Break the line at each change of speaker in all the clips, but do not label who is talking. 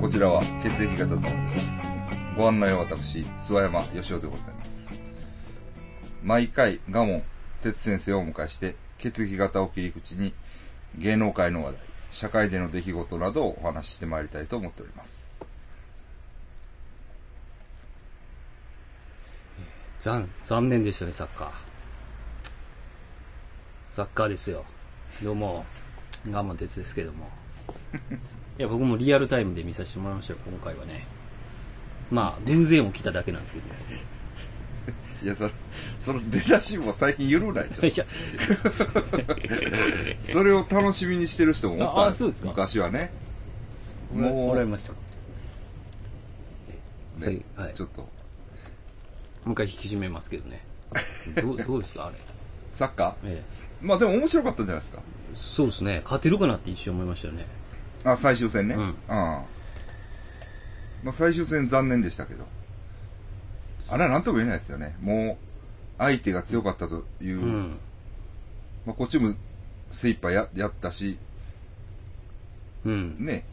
こちらは血液型ゾーンです。ご案内は私、諏訪山義雄でございます。毎回、ガモン、哲先生をお迎えして、血液型を切り口に、芸能界の話題、社会での出来事などをお話ししてまいりたいと思っております。
残、残念でしたね、サッカー。サッカーですよ。どうも、ガンマ鉄ですけども。いや、僕もリアルタイムで見させてもらいましたよ、今回はね。まあ、偶然起きただけなんですけどね。
いや、それ、その出だしも最近緩 ないじゃん。
いや
それを楽しみにしてる人もおった
ああそうですか
昔はね。
も
も、
らいうましたか。そういうはい
ちょっと、
もう一回引き締めますけどね。どう、 どうですか、あれ。
サッカー
え
まあでも面白かったんじゃないですか。
え、そうですね。勝てるかなって一瞬思いましたよね。
あ、最終戦ね。
うん
ああまあ最終戦残念でしたけど。あれはなんとも言えないですよね。もう、相手が強かったという、
うん。
まあこっちも精一杯ややったし、
うん。
ね。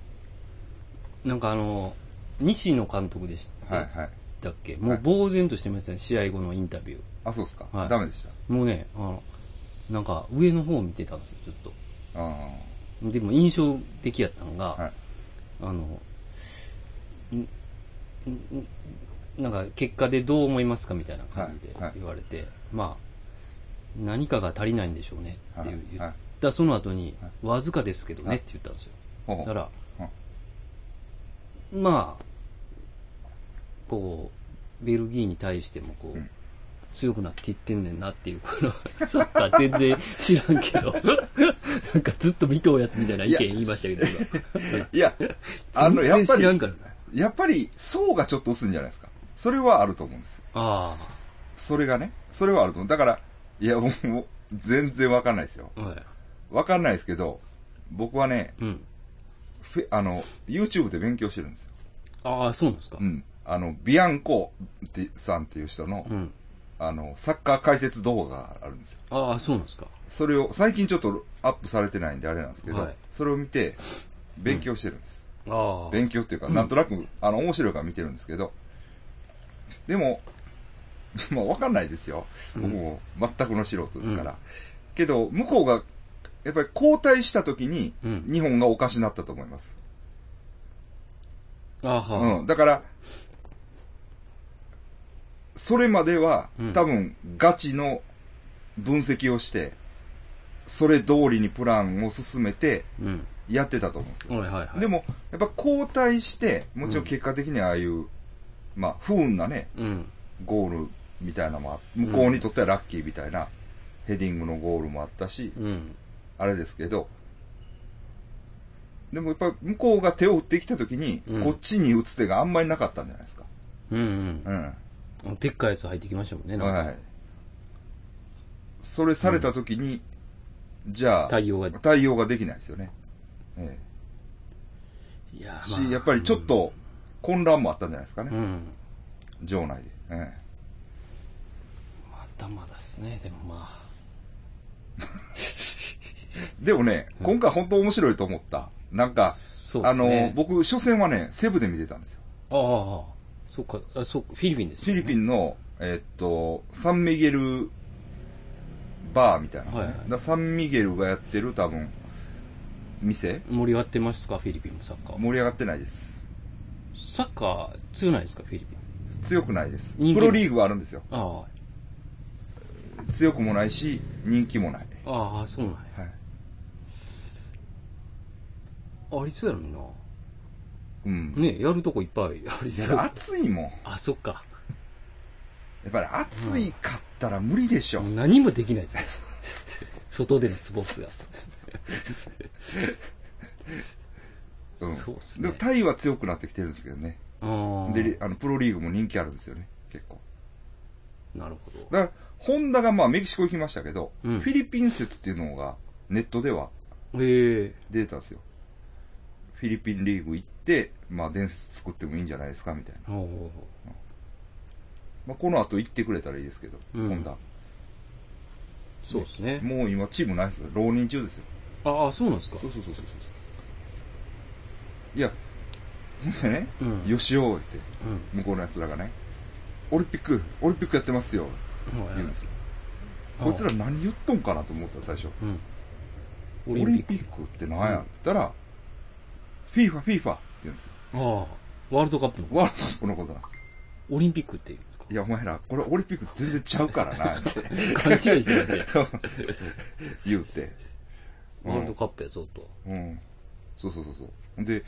なんかあの、西野監督でし
はい
た
はい。
っけ、もう呆然としてましたね、試合後のインタビュー。
あ、そうですか、
はい
ダメでした。
もうね、あの、なんか上の方を見てたんですよ、ちょっ
あ
と。でも印象的やったのが、
あ。はい。
あの、んんんなんか結果でどう思いますかみたいな感じで
はいはい
言われて、まあ、何かが足りないんでしょうねっていう言
はい
っ
はい
たその後に、
は
わずかですけど
は
ね
い
って言ったんですよ。
ほうほう
だから
うん、
まあ、こう、ベルギーに対してもこう、
うん
強くなっていってんねんなっていう、この、 サッカー全然知らんけど、 なんかずっと見とうやつみたいな意見言いましたけど、
い や、 あの、
今
やっ
全然
ぱ
知らん
り、
から。
やっぱり層がちょっと薄いんじゃないですか。それはあると思うんです。
あ
それがね、それはあると思う。だから、いや、もう、もう全然わかんないですよ。
あ、はい。
わかんないですけど、僕はね、
うん。
フェあの、YouTube で勉強してるんですよ。
ああ、そうなんですか
う。ん。あの、ビアンコってさんっていう人の
う、ん。
あの、サッカー解説動画があるんですよ。
ああ、そうなんですか。
それを、最近ちょっとアップされてないんであれなんですけど、
はい
それを見て、勉強してるんです。
ああ。
勉強っていうか、なんとなく、あの、面白いから見てるんですけど、でも、 まあ、わかんないですよ。僕も、全くの素人ですから。けど、向こうが、やっぱり交代した時に、
うん。
日本がおかしになったと思います。
ああ、は
うん。だから、それまでは
うん、
多分、ガチの分析をして、それ通りにプランを進めて、
うん。
やってたと思うんですよ。
はいはいはい。
で
も、
も、やっぱ交代して、もちろん結果的にああいう、まあ、不運なね、
うん。
ゴールみたいなのもあ向こうにとってはラッキーみたいな、ヘディングのゴールもあったし、
うん。
あれですけど、でもやっぱ向こうが手を打ってきた時に、
うん
こっちに打つ手があんまりなかったんじゃないですか。
うん
う。
うんん。でっかいやつ入ってきましたもんね、なんか。
はい。それされた時に、じゃあ、
対応が。
対応ができないですよね。え
いや
え、し、やっぱりちょっ、と混乱もあったんじゃないですかね
う。ん。
場内で。ええ
まだまだですね、でもま
でもね、今回本当面白いと思った。なん
あ。
か、
そうで
あ
す
の
ね、。
僕、初戦はね、セブで見てたんですよ。
ああ、そっか、あそっか、フィリピンです
フィリピ
ン。
ンの、えっと、サンミゲルバーみたいなのね、
はいはい
だからサンミゲルがやってる多分、店
盛り上がってますか、フィリピンもサッカー。
盛り上がってないです。
サッカー強ないですか、フィリピン。
強くないです。
人気
プロリーグはあるんですよ。
あ
強くもないし、人気もない。
あ、ああ、そうなん
はい。
や。ありそうやのにな。
うん。
ねやるとこいっぱいあり
い
そ
や
う。
暑いもん。や
あ、そっか。
っぱり暑いかったら無理でしょ。
何もできないです。 外でのスポーツが。
うん
そうっす
で
ね
も。タイは強くなってきてるんですけどね。
ああ。
で、あの、プロリーグも人気あるんですよね。結構。
なるほど。
だから、ホンダがまあメキシコ行きましたけど、
うん
フィリピン説っていうのがネットでは
ええ
出たんですよ。フィリピンリーグ行って、まあ伝説作ってもいいんじゃないですかみたいな。
ほうほうほ
まあこの後行ってくれたらいいですけど、
うん
ホンダ。
うそうですね。
もう今チームないですよ。浪人中ですよ。
ああ、そうなんですか。
そうそうそうそうそう。いや、 ほんでね、
うん
よしおうって、
うん
向こうの奴らがね、オリンピック、オリンピックやってますよ、
もう
言うんですよ。
あ
こいつら何言っとんかなと思った最初。
うん。
オリ
オリ
ン
ン
ピ
ピッ
ックって何やったら、FIFA、FIFA って言うんですよ。
ク。ああ。ワールドカップの
ワールドカップのことなんですよ。
オリンピックっていうんですか
いや、お前ら、これオリンピック全然ちゃうからな、って。
勘違いして ますよ。
言うて。
ワールドカップやぞと。
うん。そうそうそうそう。ほんで、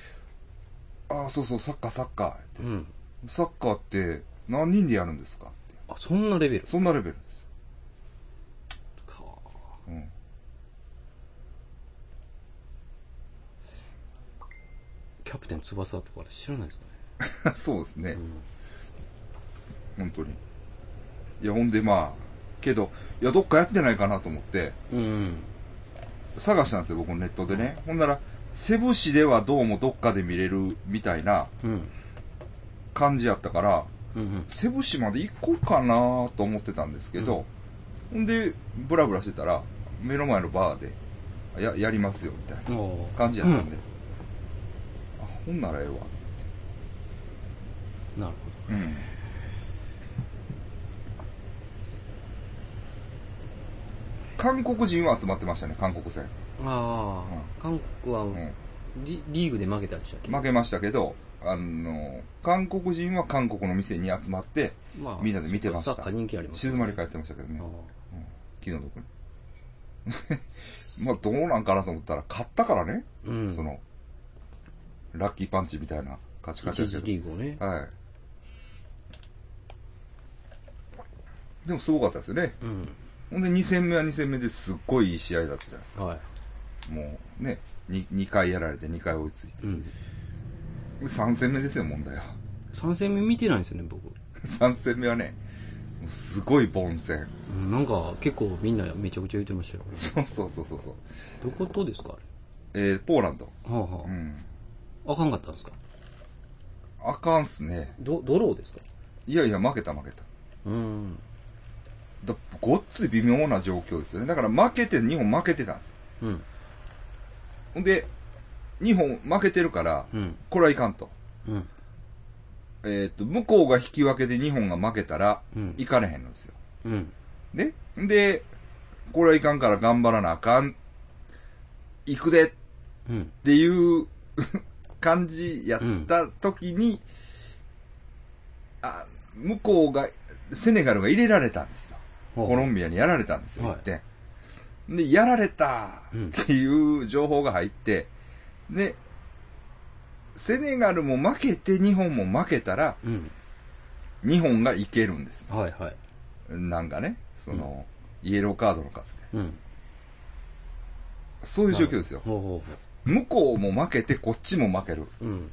ああ、そうそう、サッカー、サッカーって
う。ん。
サッカーって何人でやるんですかって。
あ、そんなレベル
そんなレベルです。
か。
うん。
キャプテン翼とか知らないですかね。
そうですね
う。ん。
本当に。いや、ほんでまあ、けど、いや、どっかやってないかなと思って、
うん。
探したんですよ、僕ネットでね。ほんなら、セブ市ではどうもどっかで見れるみたいな
うん。
感じやったから、
うん。
セブ市まで行こうかなと思ってたんですけど、ほんで、ブラブラしてたら、目の前のバーで、や、やりますよ、みたいな。
うん。おー
感じやったんで、
う
あほんならええわと
んなる
思って、韓国人は集まってましたね韓国戦、
ほど。ああ。韓国は
う
リリーグで負けたんでしたっけ
ん、負けましたけどあの韓国人は韓国の店に集まって
ま
みんなで見てました
サッカー人気あります、
静まり返ってましたけどね、
あ
うん、
あ
昨日どこに まあどうなんかなと思ったら勝ったからね、
うん。
そのラッキーパンチみたいな勝ち方
一
やけど
時リーグをね。
はい。でもすごかったですよね。
うん。
ほんで2戦目は2戦目ですっごいいい試合だったじゃないですか。
は
もうね、2, 二回やられて2回追いついて。
い。うん。
3戦目ですよ、問題は。
3戦目見てないんですよね、僕。
3戦目はね、もうすごい凡戦。
うんなんか結構みんなめちゃくちゃ言ってましたよ。
そうそうそうそうそう。
どことですかあれ。
えー、ポーランド。
はあは
うん。
あ。あかんかったんですか
あかんっすね。
ど、ドローですか
いやいや、負けた負けた。
うん。
だごっつい微妙な状況ですよね。だから負けて、日本負けてたんですよ。
うん。
ほんで、日本負けてるから、
うん。
これはいかんと。
うん。
えっ、と、向こうが引き分けで日本が負けたら、
うん
行かれへんのですよ。
うん。
ねで、これはいかんから頑張らなあかん。行くでっ
うん。
ていう 感じやった時に、あ、向こうが、セネガルが入れられたんですよ。
ほう
コロンビアにやられたんですよ、
は
1
い
点。で、やられた
うん
っていう情報が入って、で、セネガルも負けて日本も負けたら、
うん。
日本がいけるんです。
はいはい。
なんかね、その、イエローカードの数で。
うん。
そういう状況ですよ。
ほうほう
向こうも負けて、こっちも負ける。
ほう。うん。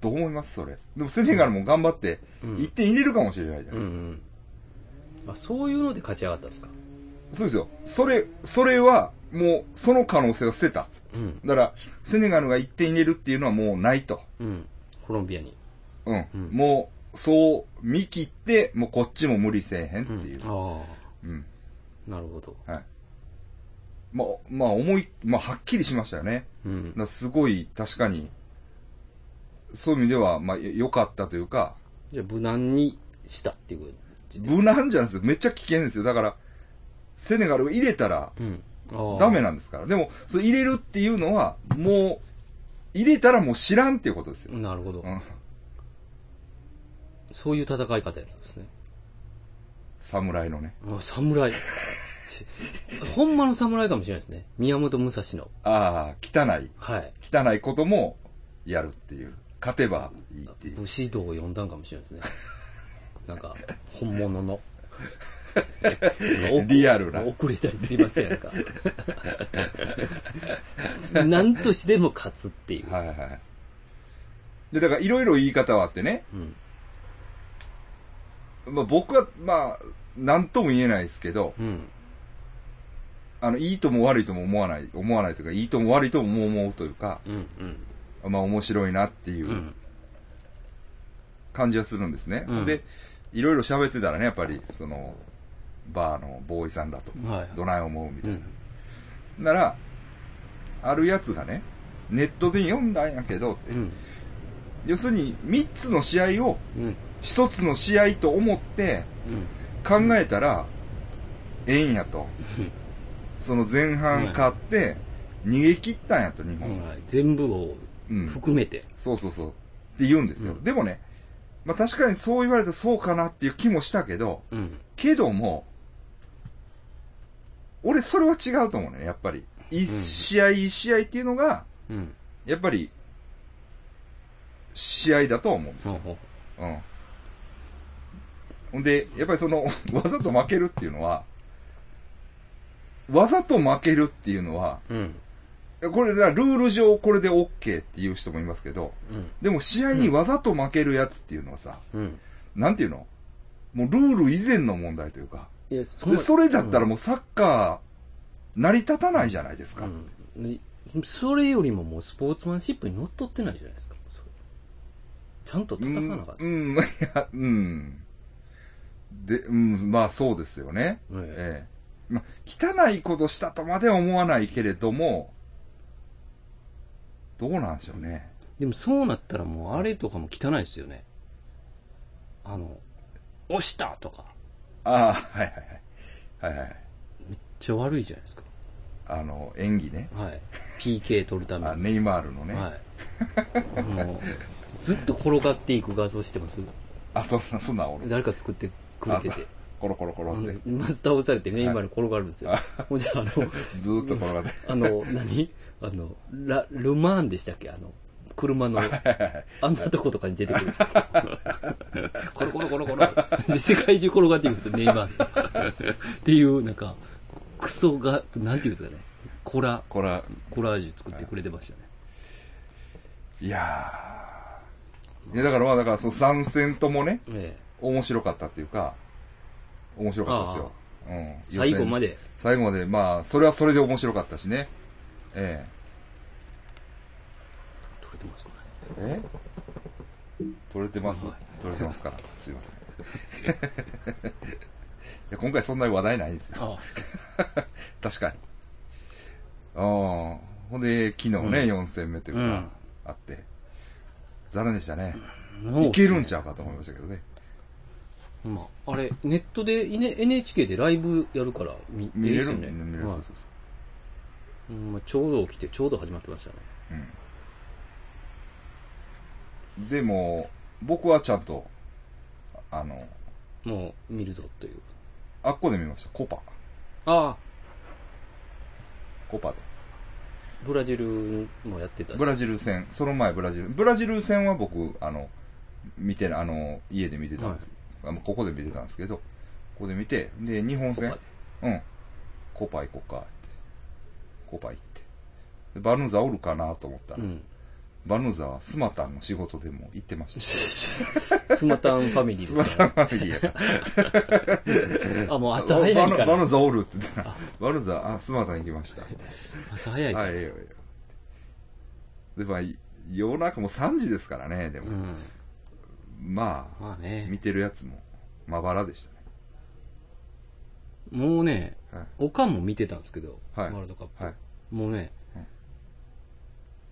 どう思いますそれ。でもセネガルも頑張って、
うん
1点入れるかもしれないじゃな
う
い
んう
ですか。
ん。あ、そういうので勝ち上がったんですか
そうですよ。それ、それは、もう、その可能性を捨てた。
うん。
だから、セネガルが1点入れるっていうのはもうないと。
うん。コロンビアに。
うん。
うん
もう、そう見切って、もうこっちも無理せえへんっていう。
あ
うん。
あ。なるほど。
はい。まあ、まあ、思い、まあ、はっきりしましたよね。
うん
だか。らすごい、確かに、そういう意味では、まあ、よ良かったというか、
じゃあ無難にしたっていう感じで。
無難じゃないですよ。めっちゃ危険ですよ。だから、セネガルを入れたら、
うん。ああ。
ダメなんですから。でも、それ入れるっていうのは、もう、入れたらもう知らんっていうことですよ。
なるほど
う。ん。
そういう戦い方やったんですね。
侍のね。
あ侍。 ほんまの侍かもしれないですね。宮本武蔵の。
ああ、汚い、
はい。
汚いことも、やるっていう。勝てばいいっていう。
武士道を呼んだんかもしれないですね。なんか、本物の。
リアルな
遅れたりすいませんやんか。 なんとしても勝つっていう。
はいはい。で、だから、いろいろ言い方はあってね。
うん。
まあ、僕は、まあ、なんとも言えないですけど、
うん。
あの、いいとも悪いとも思わない、思わないというか、いいとも悪いとも思うというか、
うん。
まあ面白いなってい
うん。う。
うん感じはするんですね。
うん
で、いろいろ喋ってたらね、やっぱり、その、バーのボーイさんらと、
はい。
どない思うみた
う
い
ん。
な。なら、あるやつがね、ネットで読んだんやけどって、
うん。
要するに3つの試合を
うん。
1つの試合と思って
うん。
考えたら、ええんやと。その前半勝って、逃げ切ったんやと、日
う
本。
ん。全部を
うん。
含めて。
そうそうそう。って言うんですよ。
うん
でもね、まあ確かにそう言われたらそうかなっていう気もしたけど、
うん。
けども、俺それは違うと思うね、やっぱり。一試合一試合っていうのが、
うん。
やっぱり、試合だとは思うんです
ほう
よ。
ほ
うん。ほんで、やっぱりその、 わざと負けるっていうのは、わざと負けるっていうのは、
う。うん。
これ、だからルール上これで OK っていう人もいますけど、
うん。
でも試合にわざと負けるやつっていうのはさ、
うん。
なんていうのもうルール以前の問題というか、
いや、そん
で
な
それだったらもうサッカー、成り立たないじゃないですか。
うんでそれよりももうスポーツマンシップに乗っ取ってないじゃないですか。それちゃんと
う
叩かなかった。
ん、 うん、いや、うん。で、うん、まあそうですよね。え
え
え。まあ、汚いことしたとまでは思わないけれども、どうなんでしょうね。
えでもそうなったらもうあれとかも汚いですよね。あの、押したとか、
ああ、はいはいはい。はいはい。
ちょ悪いじゃないですか。
あの、演技ね。
はい。PK 取るため
あ
に。
ネイマールのね。
はい。もう、ずっと転がっていく画像してます。
あ、そんな、そんなんおる。
誰か作ってくれてて。
コロコロコロ
あ
っ
の
て。
まず倒されてメインまで転がるんですよ。ほんで、あの、
ずーっと転がって。
あの、何あの、ラ、ルマーンでしたっけあの、車 の、あんなとことかに出てくるんですよ。コロコロコロコロ。で、世界中転がっていくんですよ、ネイマール。っていう、なんか、クソが、なんていうんですかね。コラ、
こら、
コラージュ作ってくれてましたね。
いやー。いや、だからまあ、だから、その3戦ともね、
え
面白かったっていうか、面白かったですよ。うん。
え。最後ま
で。
で、
最後まで、まあ、それはそれで面白かったしね。え
取れてます、これ。
え。え取れてます
うまい。
取れてますから。すいません。 いや、今回そんなに話題ないんですよ。
ああ、そうです。
確かに。ああ。ほんで、昨日ね、4戦目という
う
か
ん、
あって、残念でしたね。
もう
いけるんちゃうかと思いましたけどね。
まあ、あれ、ネットで、いね NHK でライブやるから見、
見れ
っ
る
すよ
んだよね。見れる。
はい
そうそうそう。
うんまあちょうど起きて、ちょうど始まってましたね。
うん。でも、僕はちゃんと、ああの、
もう、見るぞ、という。
あっこで見ました。コパ。
ああ、
コパで。
ブラジルもやってたし。
ブラジル戦、その前ブラジル。ブラジル戦は僕、あの、見てな、あの、家で見てたんです。あのここで見てたんですけど、ここで見て、で、日本
とか
戦、うん。コパ行こうか、って。コパ行って。でバヌーザおるかなと思ったら、
で。うん。
バヌーザはスマタンの仕事でも行ってました。
スマタンファミリー
ス
で
マ
す
タ
か
ンファミリーやから。
ら。あ、もう朝早いか
バルバ
ら。
ルザおるって言ったら、バルザ、あ、スマタン行きました。
朝早いか
は
ら。
い、ええよ、ええよ。で、まあ、夜中もう3時ですからね、で
う
も。
ん。
まあ、
まあ
見
ね。
てるやつも、まばらでしたね。
もうね、
はい
オカンも見てたんですけど、
はい
ワールドカップ。
はい。
もうね、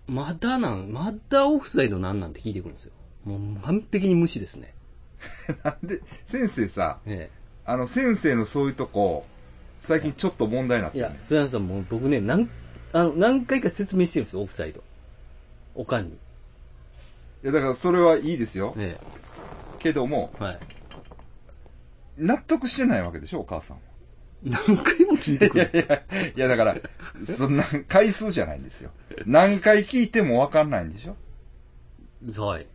まだなん、まだオフサイドなんなんて聞いてくるんですよ。もう完璧に無視ですね。
なん で、先生さ、
え
あの、先生のそういうとこ、最近ちょっと問題になっ
え。
て
い
る
や
ね、。
それはさ、もう僕ね、何、あの、何回か説明してるんですよ、オフサイド。オカンに。
いや、だからそれはいいですよ。
え
けども、
え。はい。
納得してないわけでしょ、お母さんは。
何回も 聞いてくるんですよ。
いや、だから、そんな、回数じゃないんですよ。何回聞いてもわかんないんでしょ
はい。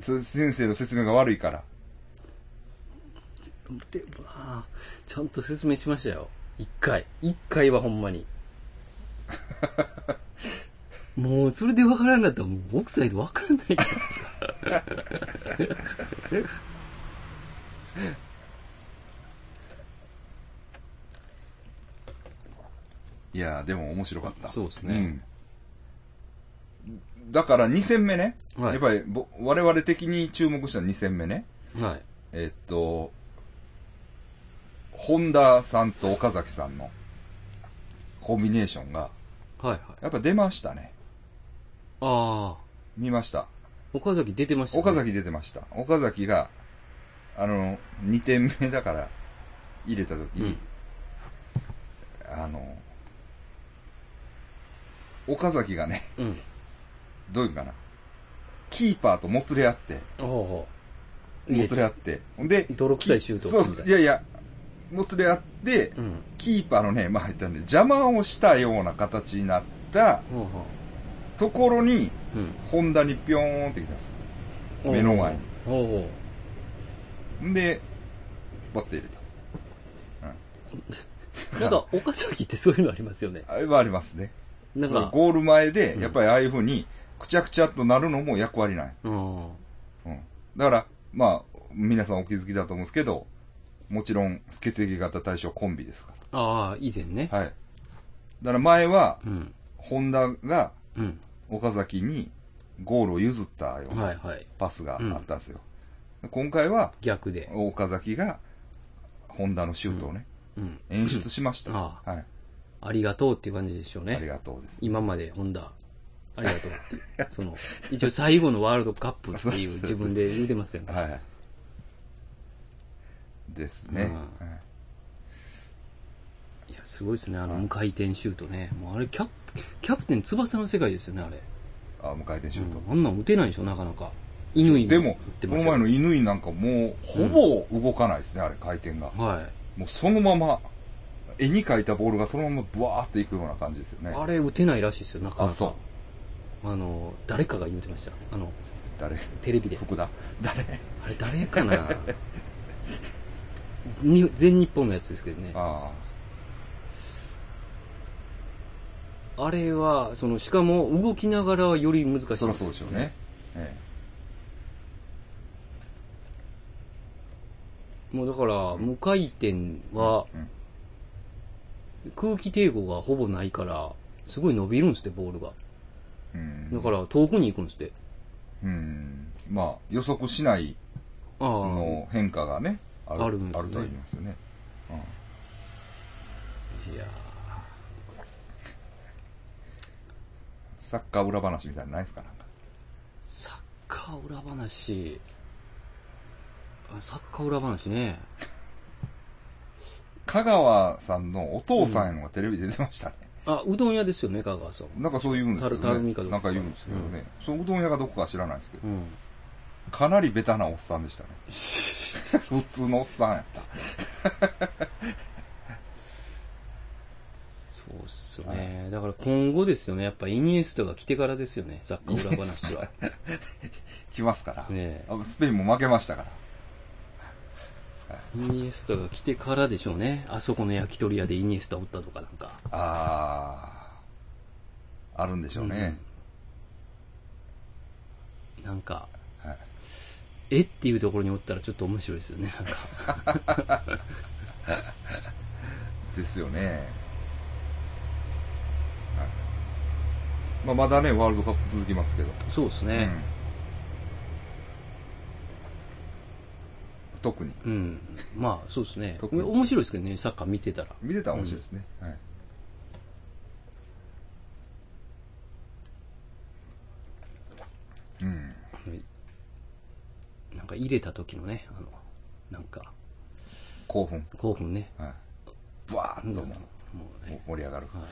そ先生の説明が悪いから。
でまあちゃんと説明しましたよ。一回。一回はほんまに。もう、それでわからんかったら、もう、オフサイドわかんないじゃないですか。
いやー、でも面白かった。
そうですね
うん。だから2戦目ね。
はい
やっぱりぼ、我々的に注目した2戦目ね。
はい。
えっと、本田さんと岡崎さんのコンビネーションが、
はいはい。
やっぱ出ましたね。
ああ。
見ました。
岡崎出てました、
岡。崎出てました。岡崎が、あの、2点目だから、入れた時
うん。
あの、岡崎がね、
うん。
どういうのかな。キーパーともつれ合って、
ほうほう。
もつれ合って。ほんで、
泥臭いシュート
そう
みたい
そう、
ない
やいや、もつれ合って、
うん。
キーパーのね、まあ入ったんで、邪魔をしたような形になった
ほうほ
ところに、
う。
ホンダにピョーンってきたんです。
うん。
目の前に
ほうほう。
んで、バッて入れた。
なんか、岡崎ってそういうのありますよね。
あれはありますね。
なん
その
か、
ゴール前で
う、ん
やっぱりああいう風に、くちゃくちゃっとなるのも役割ない。
うん。
うん。だから、まあ、皆さんお気づきだと思うんですけど、もちろん、血液型対象コンビですか
ああ、以前ね。
ら。はい。だから前は、
うん。
ホンダが
うん。
岡崎にゴールを譲ったよう
はい
な
はい。
パスがあったんですよ。今回は、
逆で。
岡崎が、ホンダのシュートをね、
うん。
演出しました。
あ
はい。
ありがとうっていう感じでしょう
あり
ね。
がとうです。
今まで、ホンダ。ありがとうって いう。その、一応最後のワールドカップっていう自分で言うてますよね。
はい。ですね。
う
はい
いや、すごいですね。あの、無回転シュートね。もうあれ、キャプ、キャプテン翼の世界ですよね、あれ。
あ、無回転シュート。
うんあんなん打てないでしょ、なかなか。犬に
でも、
打って
こ
ま
の
し
前
た
の乾なんかもう、ほぼ動かないですね、あれ、回転が。
は
もうそのまま、絵に描いたボールがそのままブワーっていくような感じですよね
い。。あれ、打てないらしいですよ、なかな
あそ
か。あの、誰かが言うてました。あの、
誰
テレビで。
福田誰
あれ、誰かなに全日本のやつですけどね。
あ
あれは、その、しかも、動きながらより難しい。
あ、そりゃそうでしょうね。。え
もうだから、無回転は、
えうん
空気抵抗がほぼないから、すごい伸びるんですって、ボールが。
うん。
だから、遠くに行くんですって。
うん。まあ、予測しない、
あ
そ
あ。
の変化がね、ある、
あ
ある
るんです
と
ね
は言いますよね。うん
いや
サッカー裏話みたいなのないですかなんか。
ーサッカー裏話。あサッカー裏話ね。
香川さんのお父さんへのがテレビで出てましたね。
あ、うどん屋ですよね、香川さん。
なんかそう言うんですけど
たるたる
ね
みかど。うか
なんか言うんですけどね。そのうどん屋がどこか知らないですけど
う。ん。
かなりベタなおっさんで したね。普通のおっさんやった。
そうっすよね。だから今後ですよね。やっぱイニエスタが来てからですよね、サッカー裏話は。
来ますから。
ねえ
あスペインも負けましたから。
イニエスタが来てからでしょうね。あそこの焼き鳥屋でイニエスタおったとかなんか。
あー、あるんでしょうね。
なんか、
はい
えっていうところにおったらちょっと面白いですよね。なんか。
ですよね。はいまあ、まだね、ワールドカップ続きますけど。
そうですね。
うん特に。
うん。まあ、そうですね。
特に
面白いですけどね、サッカー見てたら。
見てたら面白いですね。はい。うん。
なんか入れた時のね、あの、なんか、
興奮。
興奮ね。
はい。ブワーッとも
もう
う
ね。
盛り上がる。やっ
はい。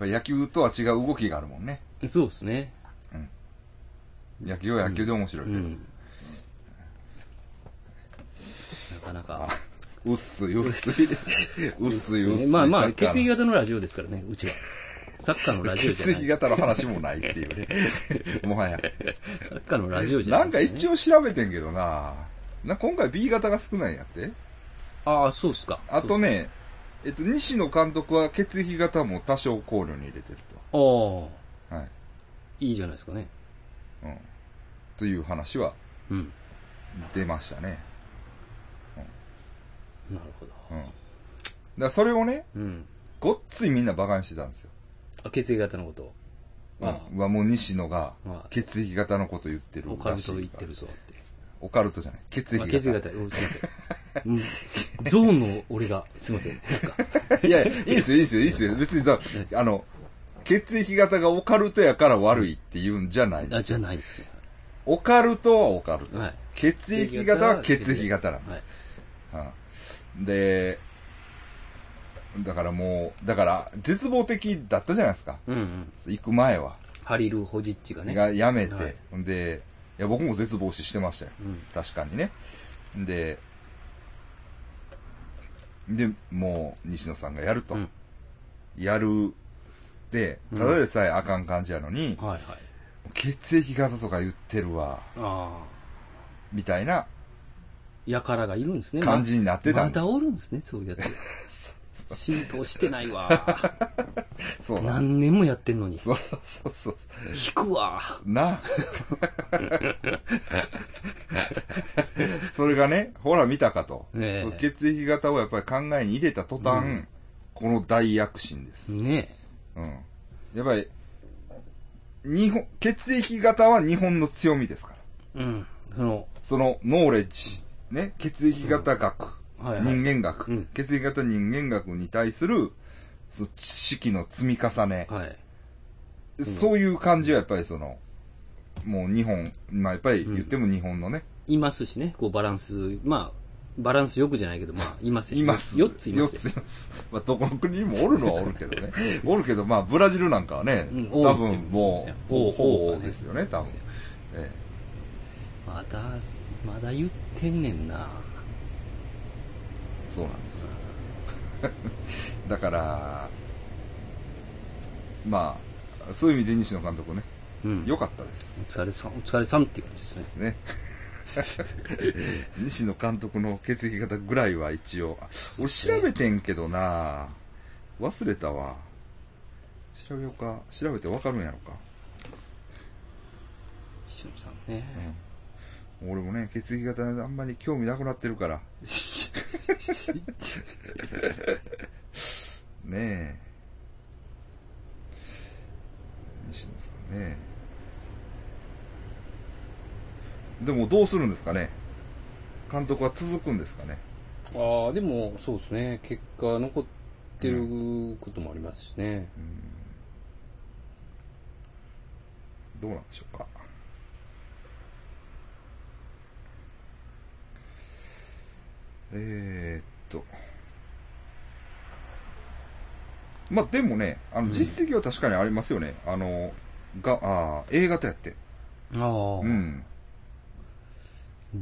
ぱり野球とは違う動きがあるもんね。
そうですね。
野球は野球で面白いうけど。
ん。なかなか。
うっすい、うっすいです。うっすい、うっすい。
まあま
サ
あ、
ッカー
血
の
液型のラジオですからね、うちは。サッカーのラジオじゃ
血
な
液
い。
型の話もないって いうね。もはや。
サッカーのラジオじゃ
な
ない
ん
で
か
すよね。
一応調べてんけどなな、今回 B 型が少ないんやって
ああ、そうっすか。
あとね、えっと、西野監督は血液型も多少考慮に入れてる
そうっす。あ
と。
あ、
はい。
いいじゃないですかね。
うん。という話は
うん。
出ましたね。
なるほど。
うん。だからそれをね、
うん。
ごっついみんな馬鹿にしてたんですよ。
あ、血液型のこと。
う
あ
ん。うわ、もう西野が
ああ
血液型のこと言ってる
オカ
ら
ル
しい
ト言ってるぞって。
オカルトじゃない。血液
まあ、
型。
血液型、うんすいません。うんゾーンの俺が、すいません。なんか
いや、いいですよ、いいですよ、いいですよ。別にさ、あの、血液型がオカルトやから悪いって言うんじゃないで
あ、
す。
じゃないですよ。
オカルトはオカルト。
はい。
血液型は血液型なんです。うんで、だからもう、だから絶望的だったじゃないですか。
うんうん。
行く前は。
ハリル・ホジッチがね。
がやめて、
はい
んで、いや、僕も絶望視してましたよ。
うん。
確かにね。で、で、もう、西野さんがやると。
うん
やる。で、ただでさえあかん感じやのに、
はいはい。
血液型とか言ってるわ、
ああ。
みたいな
やからがいるんですね。
感じになってた
ま
んで
だ
す。
おるんですね、そういう やつ。浸透してないわ。
そうなんです。
何年もやってんのに。
そうそうそうそう。
引くわ。
なあそれがね、ほら見たかと。
ねえ
血液型をやっぱり考えに入れた途端、
うん
この大躍進です。
ねえ。
うん。やっぱり、日本、血液型は日本の強みですから。
うん。その、
その、ノーレッジ、ね、血液型学、
はいはい
人間学、
うん
血液型人間学に対する、その知識の積み重ね、
はい。
そういう感じはやっぱりその、もう日本、まあやっぱり言っても日本のね、
いますしね、こうバランス、まあ、バランスよくじゃないけど、まあ、いますよ
います。
4ついます
四つ
よ。
います。まあ、どこの国にもおるのはおるけどね。 おるけど、まあ、ブラジルなんかはね、
うん
多分もう、
多
ほぼほ
いっていうこと
ぼ
で
ですす
よ
よ
ね
ね、多分。え
まだ、まだ言ってんねんな。
え、そうなんです。だから、まあ、そういう意味で西野監督ね、
うん。
良かったです。
お疲れさん、お疲れさんっていう感じです
で
ね。
すね。 西野監督の血液型ぐらいは一応、あ俺調べてんけどな忘れたわ。調べようか。調べてわかるんやろか。
しのさんね。
うん俺もね、血液型あんまり興味なくなってるから。ねえ。西野さんね。でもどうするんですかね監督は続くんですかね
ああ、でも、そうですね。結果残ってることもありますしね。
どうなんでしょうかえー、っと。まあ、でもね、あ
うん
の、実績は確かにありますよね。あの、が、ああ、A 型やって。
ああ、
うん。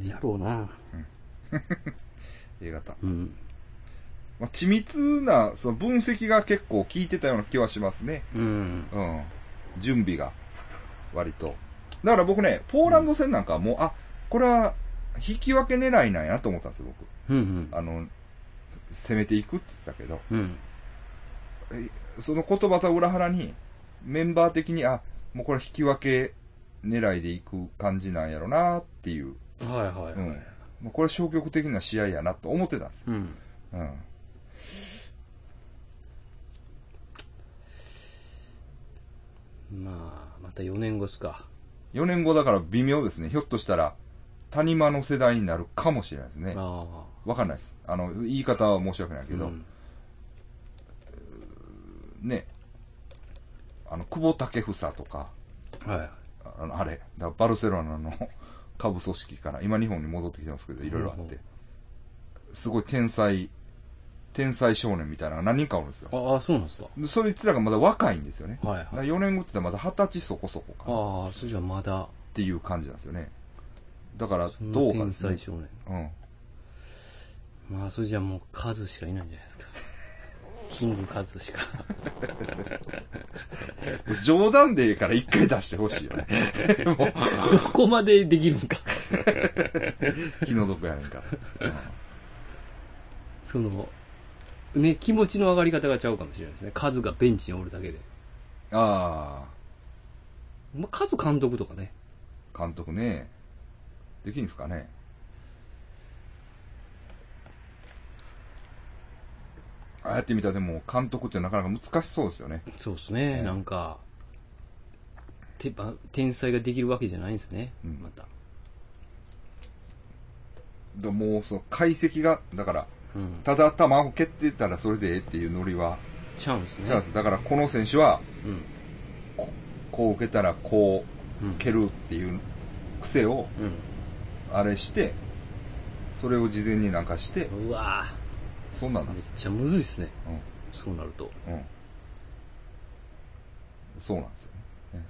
やろうな。
A 型。
うん。
まあ、緻密な、その分析が結構効いてたような気はしますね。
うん。
うん。準備が、割と。だから僕ね、ポーランド戦なんかはもう、あ、これは、引き分け狙いなんやと思ったんですよ、僕。
うん。うん。
あの、攻めていくって言ってたけど、
うん。
その言葉と裏腹に、メンバー的に、あ、もうこれ引き分け狙いでいく感じなんやろなっていう、
はいはい
うん
はい。
もうこれ消極的な試合やなと思ってたんですよ。
うん。
うん。
まあ、また4年後っすか。
4年後だから微妙ですね。ひょっとしたら、谷間の世代になるかもしれないですね。
あ
わかんないです。あの、言い方は申し訳ない
あ。
けど、
うん
ね、あの、久保建英とか、
はい。
あの、あれ、だバルセロナの 下部組織から、今日本に戻ってきてますけど、いろいろあ
ほ
っ
うほ
て、すごい天才、天才少年みたいなのが何人かおるんですよ。
ああ、そうなんですか。
でそいつらがまだ若いんですよね。
はいはい。
4年後って言ったらまだ20歳そこそこかなっ
ああ、それじゃまだ、
ていう感じなんですよね。だから、
そんな
どうかで
天
すね
才。少年。
うん。
まあ、それじゃもう数しかいないんじゃないですか。 キング数しか。
冗談でええから一回出してほしいよね。 もう
どこまでできるんか。
気の毒やねんから。うん
その、ね、気持ちの上がり方がちゃうかもしれないですね。数がベンチにおるだけで。
あ
まあ、数監督とかね。
あ、監督ね。できんすかね。ああやってみたらでも監督ってなかなか難しそうですよね。
そうですね、
ええ
なんか、てば天才ができるわけじゃないんですね、
うん
また。
でもうその解析が、だから、
うん。
ただ球を蹴ってたらそれでええっていうノリは、
チャンスね。
チャンス。だからこの選手は
うん。
ここう受けたらこ
うん
う蹴るっていう癖をあれして、それを事前になんかして、
うん。うわぁ。
そんなんなん
め
で
っ
す。
ちゃむずいっすね。
うん。
そうなると。
うん。そうなんですよね。ね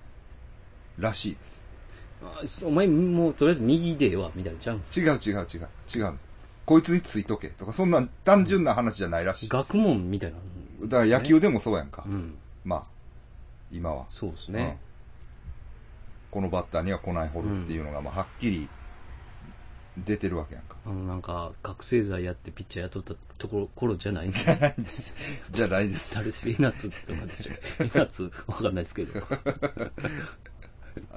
らしいです。
あお前もうとりあえず右でええわ、みたいなちゃうんす。
違う違う違う。違う。こいつについとけとか、そんな単純な話じゃないらしい。だか
学問みたいな。
ら野球でもそうやんか。
うん。
まあ、今は。
そうですね。
このバッターには来ないホルっていうのが、まあ、はっきり出てるわけや んか。
あの、なんか、覚醒剤やってピッチャー雇ったところ、頃じゃないんですよ。
じゃないです。
誰し、稲津とかでしょ。稲津、わかんないですけど。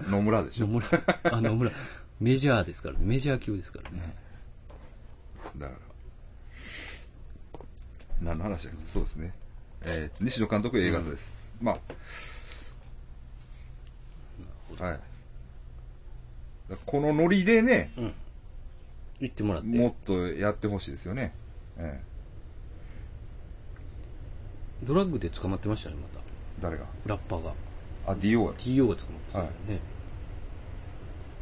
野村でし
野
ょ。
村、あ、野村、メジャーですからね。メジャー級ですからね。
だから。何の話だっけそうですね。えー西野監督 A 型です。まあ、はい。だこのノリでね、
言ってもらって。
もっとやってほしいですよね。え
ドラッグで捕まってましたね、また。
ー誰が
ラッパーが。
あ、DO やろ
TO が捕まってたね。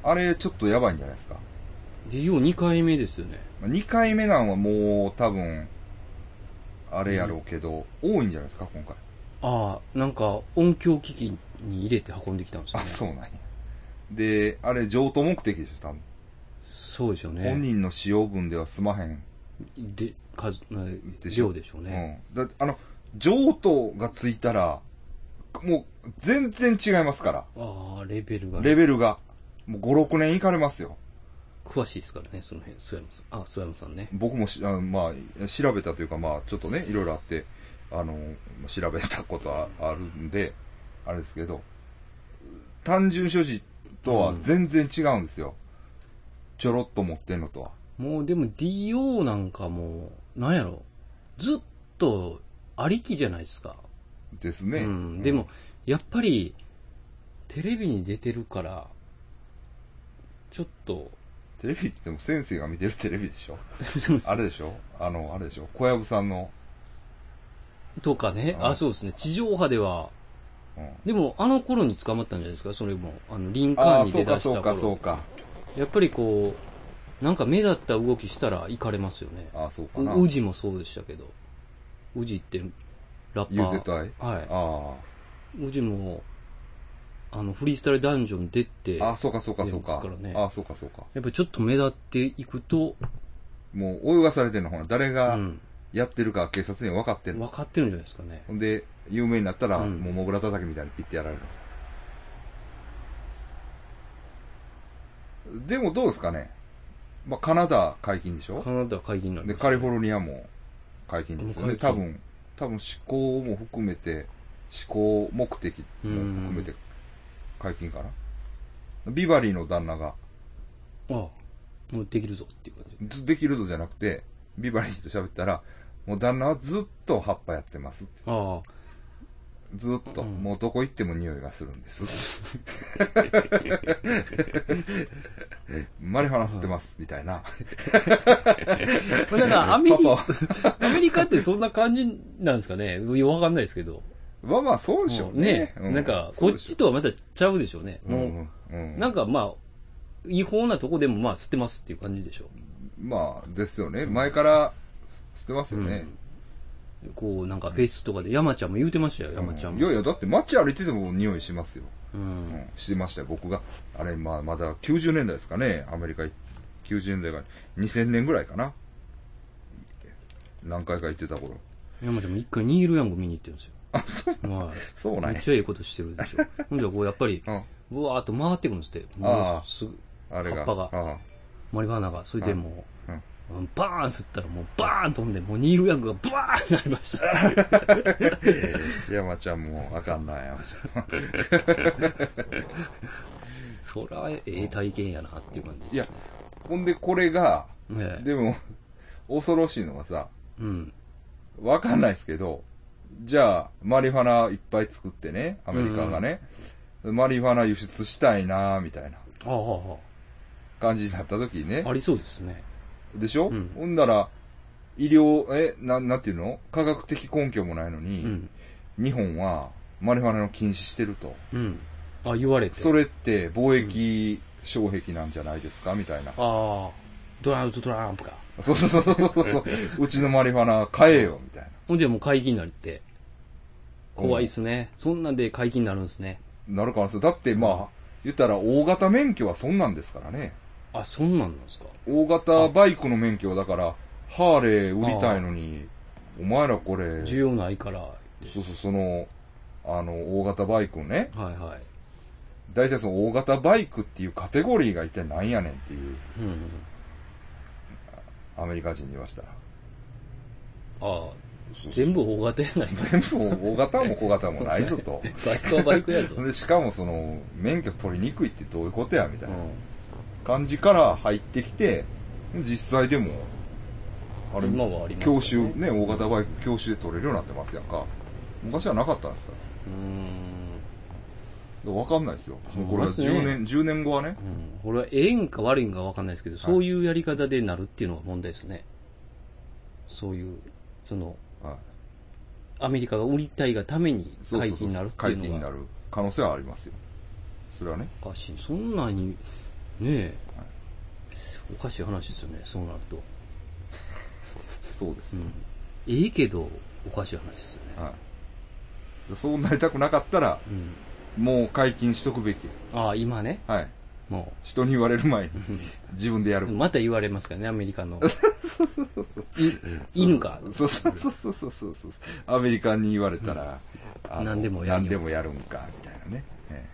あれ、ちょっとやばいんじゃないですか。
DO2 回目ですよね。
2回目なんはもう多分、あれやろうけど、多いんじゃないですか、今回。
ああ、なんか、音響機器に入れて運んできたんですよ、
あ、
ね。
そうなんや。で、あれ、譲渡目的でしょ、多分。
そうでしょうね。
本人の使用分では済まへん。
で、数、な
でしょ
量でしょうね。
うん。だって、あの、譲渡がついたら、もう、全然違いますから。
ああ、レベルが、
レベルが。もう5、6年いかれますよ。
詳しいですからね、その辺、諏山さん。あ、諏山さんね。
僕もしあまあ、調べたというか、まあ、ちょっとね、いろいろあって、あの、調べたことはあるんで、あれですけど、単純所持とは全然違うんですよ。ちょろっと持ってんのとは。
もうでも DO なんかもう、なんやろ、ずっとありきじゃないですか。
ですね。
うん。でも、やっぱり、テレビに出てるから、ちょっと、
テレビってでも先生が見てる テレビでしょ
そうです
あれでしょあの、あれでしょ小籔さんの、
とかね。
う
あ、
ん
そうですね。地上波では、
うん。
でも、あの頃に捕まったんじゃないですか、それも。あの、リンカ
あ
ー
あ、
ンに
そ
出
う
だ
か
した
そうか
頃
そうか。
やっぱりこう、なんか目立った動きしたら行かれますよね。
ああ、そうかな。
宇治もそうでしたけど。宇治って、ラッパー。
UZI?
は
あ
い。宇治も、あの、フリースタイルダンジョン出て、
あ。あ
や
あ、そうかそうかそうか。
出ますからね
ああ、そうかそうか。
っぱりちょっと目立っていくと、
もう泳がされてるのほら、誰
う
が、
ん、
やってるか警察に分かってる
分かってるんじゃないですかね。
ほんで、有名になったら、
うん
もうモグラ叩きみたいにピッてやられる。でもどうですかねまあ、カナダ解禁でしょ
カナダ会議になり
で、
まし
カ
た
リフォルニアも解禁ですよ
も
ね。
う解禁
多分、多分施行も含めて、施行目的も含めて解禁かな。ビバリーの旦那が、
ああ、もうできるぞっていう感じ。
ずできるぞじゃなくて、ビバリーと喋ったら、もう旦那はずっと葉っぱやってますって
あ
ずっと、
うん
もうどこ行っても匂いがするん です。マリファナ吸ってます、みたいな。
あ。なん か、アメリ
パ
カ、アメリカってそんな感じなんですかね。よくわかんないですけど。
まあまあ、そうでしょうね。う
なんか、こっちとはまたちゃうでしょうね。
そうでしょう、
も
うんうんう
う、
ん
なんかまあ、違法なとこでもまあ、捨てますっていう感じでしょ
まあ、ですよね。前から吸ってます
う。
よね。
うんこう、なんかフェイスとかで、山ちゃんも言うてましたよ、
うん
山ちゃん
いや
も。
いや、だって街歩いてても匂いしますよ。
う。
うんん、してましたよ、僕が。あれ、まあ、まだ90年代ですかね、アメリカ、90年代から2000年ぐらいかな。何回か行ってた頃。
山ちゃんも一回ニールヤング見に行ってるんですよ。
あ、そう、
はい。
そうなん
め
や
っ。ちゃいいことしてるでしょ。ほんじゃ、こう、やっぱり、
うん
うわーっと回ってくるんですって。
ああ
すぐ、
あれが。
葉っぱ
ああ
マリファーナが。それでもう
うん、
バーン吸ったらもうバーン飛んで、もうニールヤングがバーンなりました。
山ちゃんもあかんな、山ちゃ
そら、ええ体験やなっていう感じ
ん。い
で
や
す。、
ほんでこれが、
いや
でも、恐ろしいのはさ、
うん。
わかんないですけど、じゃあ、マリファナいっぱい作ってね、アメリカがね、マリファナ輸出したいな、みたいな
ああ、あ
感じになった時にね
あ、あ、りそうですね。
でしょ、
うん
ほんなら、医療、え、な、なんていうの科学的根拠もないの
う
に、
ん。
日本はマリファナの禁止してると。
うん。あ、言われて。
それって貿易障壁なんじゃないですかみたいな。
ああ、ドラウズ・トランプか。
そうそうそうそうそう。うちのマリファナ買えよ、みたいな。
ほんじゃもう会議になるって。怖いっすね。そんなんで会議になるんですね。
なるかなそう。だってまあ、言ったら大型免許はそんなんですからね。
あ、そんなんなんですか。
大型バイクの免許はだから、ハーレー売りたいのに、お前らこれ、
需要ないから。は
そうそう、その、あの、大型バイクをね
い、はい。
大体その大型バイクっていうカテゴリーが一体何やねんっていう、
うんうん。
アメリカ人に言わしたら。
ああ、
そう
全部大型やないか。
全部大型も小型もないぞと。
バイクはバイクやぞ。うん。
で、しかもその、免許取りにくいってどういうことやみたいな感じから入ってきて、実際でも、あれ、
今はありますよ
教
ね
習、ね、大型バイク教習で取れるようになってますやんか。昔はなかったんですから。
うーん。
だからわかんないですよ。もうこれは
ほんまっすね
10年、10年後はね
う。ん。これはええんか悪いんかわかんないですけど、そういうやり方でなるっていうのが問題ですね。そういう、その、
はい
アメリカが売りたいがために
そうそ
会
う
議
そう
になるってい
解
う
禁に
の
な
が
る可能性はありますよ。それはね。
おかしい。そんなに、ねえ
はい、
おかしい話ですよね、そうなると。
そうです。
うん。ええけど、おかしい話ですよね。
はい。でそうなりたくなかったら、
うん。
もう解禁しとくべき。
ああ、今ね、
はい。
も
人に言われる 前に、自分でや
う、
る。
また言われますからね、アメリカ の。い犬か。
そうそうそうそうそうそうそう。アメリカンに言われたら、あの
何でもやる
何
よ
でもやるんか、みたいなね。え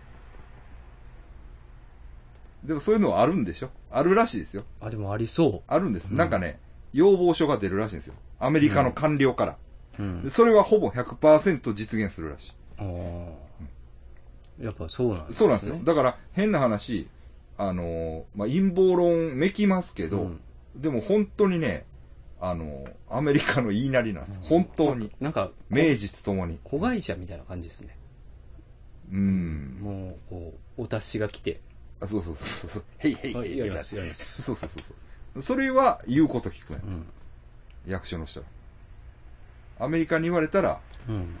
えでもそういうのはあるんでしょあるらしいですよ。
あ、でもありそ
あるんです。なんかね、要望書が出るらしいんですよ。アメリカの官僚から。
う。うん
で。それはほぼ100%実現するらし
あーやっぱそうなん
い。
ですね。
そうなんですよ。だから、変な話、あのーまあ、陰謀論めきますけど、
うん
でも本当にね、あのーアメリカの言いなりなんです。本当に。
なんか、
名実ともに。
子会社みたいな感じですね。
うん。
もう、こう、お達しが来て、
あそうそうそうそう。へいへい
あ
へい。
やり
み
ま
たい
す、やります。
なそうそうそうそう。それは言うこと聞くね
う。ん。
役所の人は。アメリカに言われたら、
うん。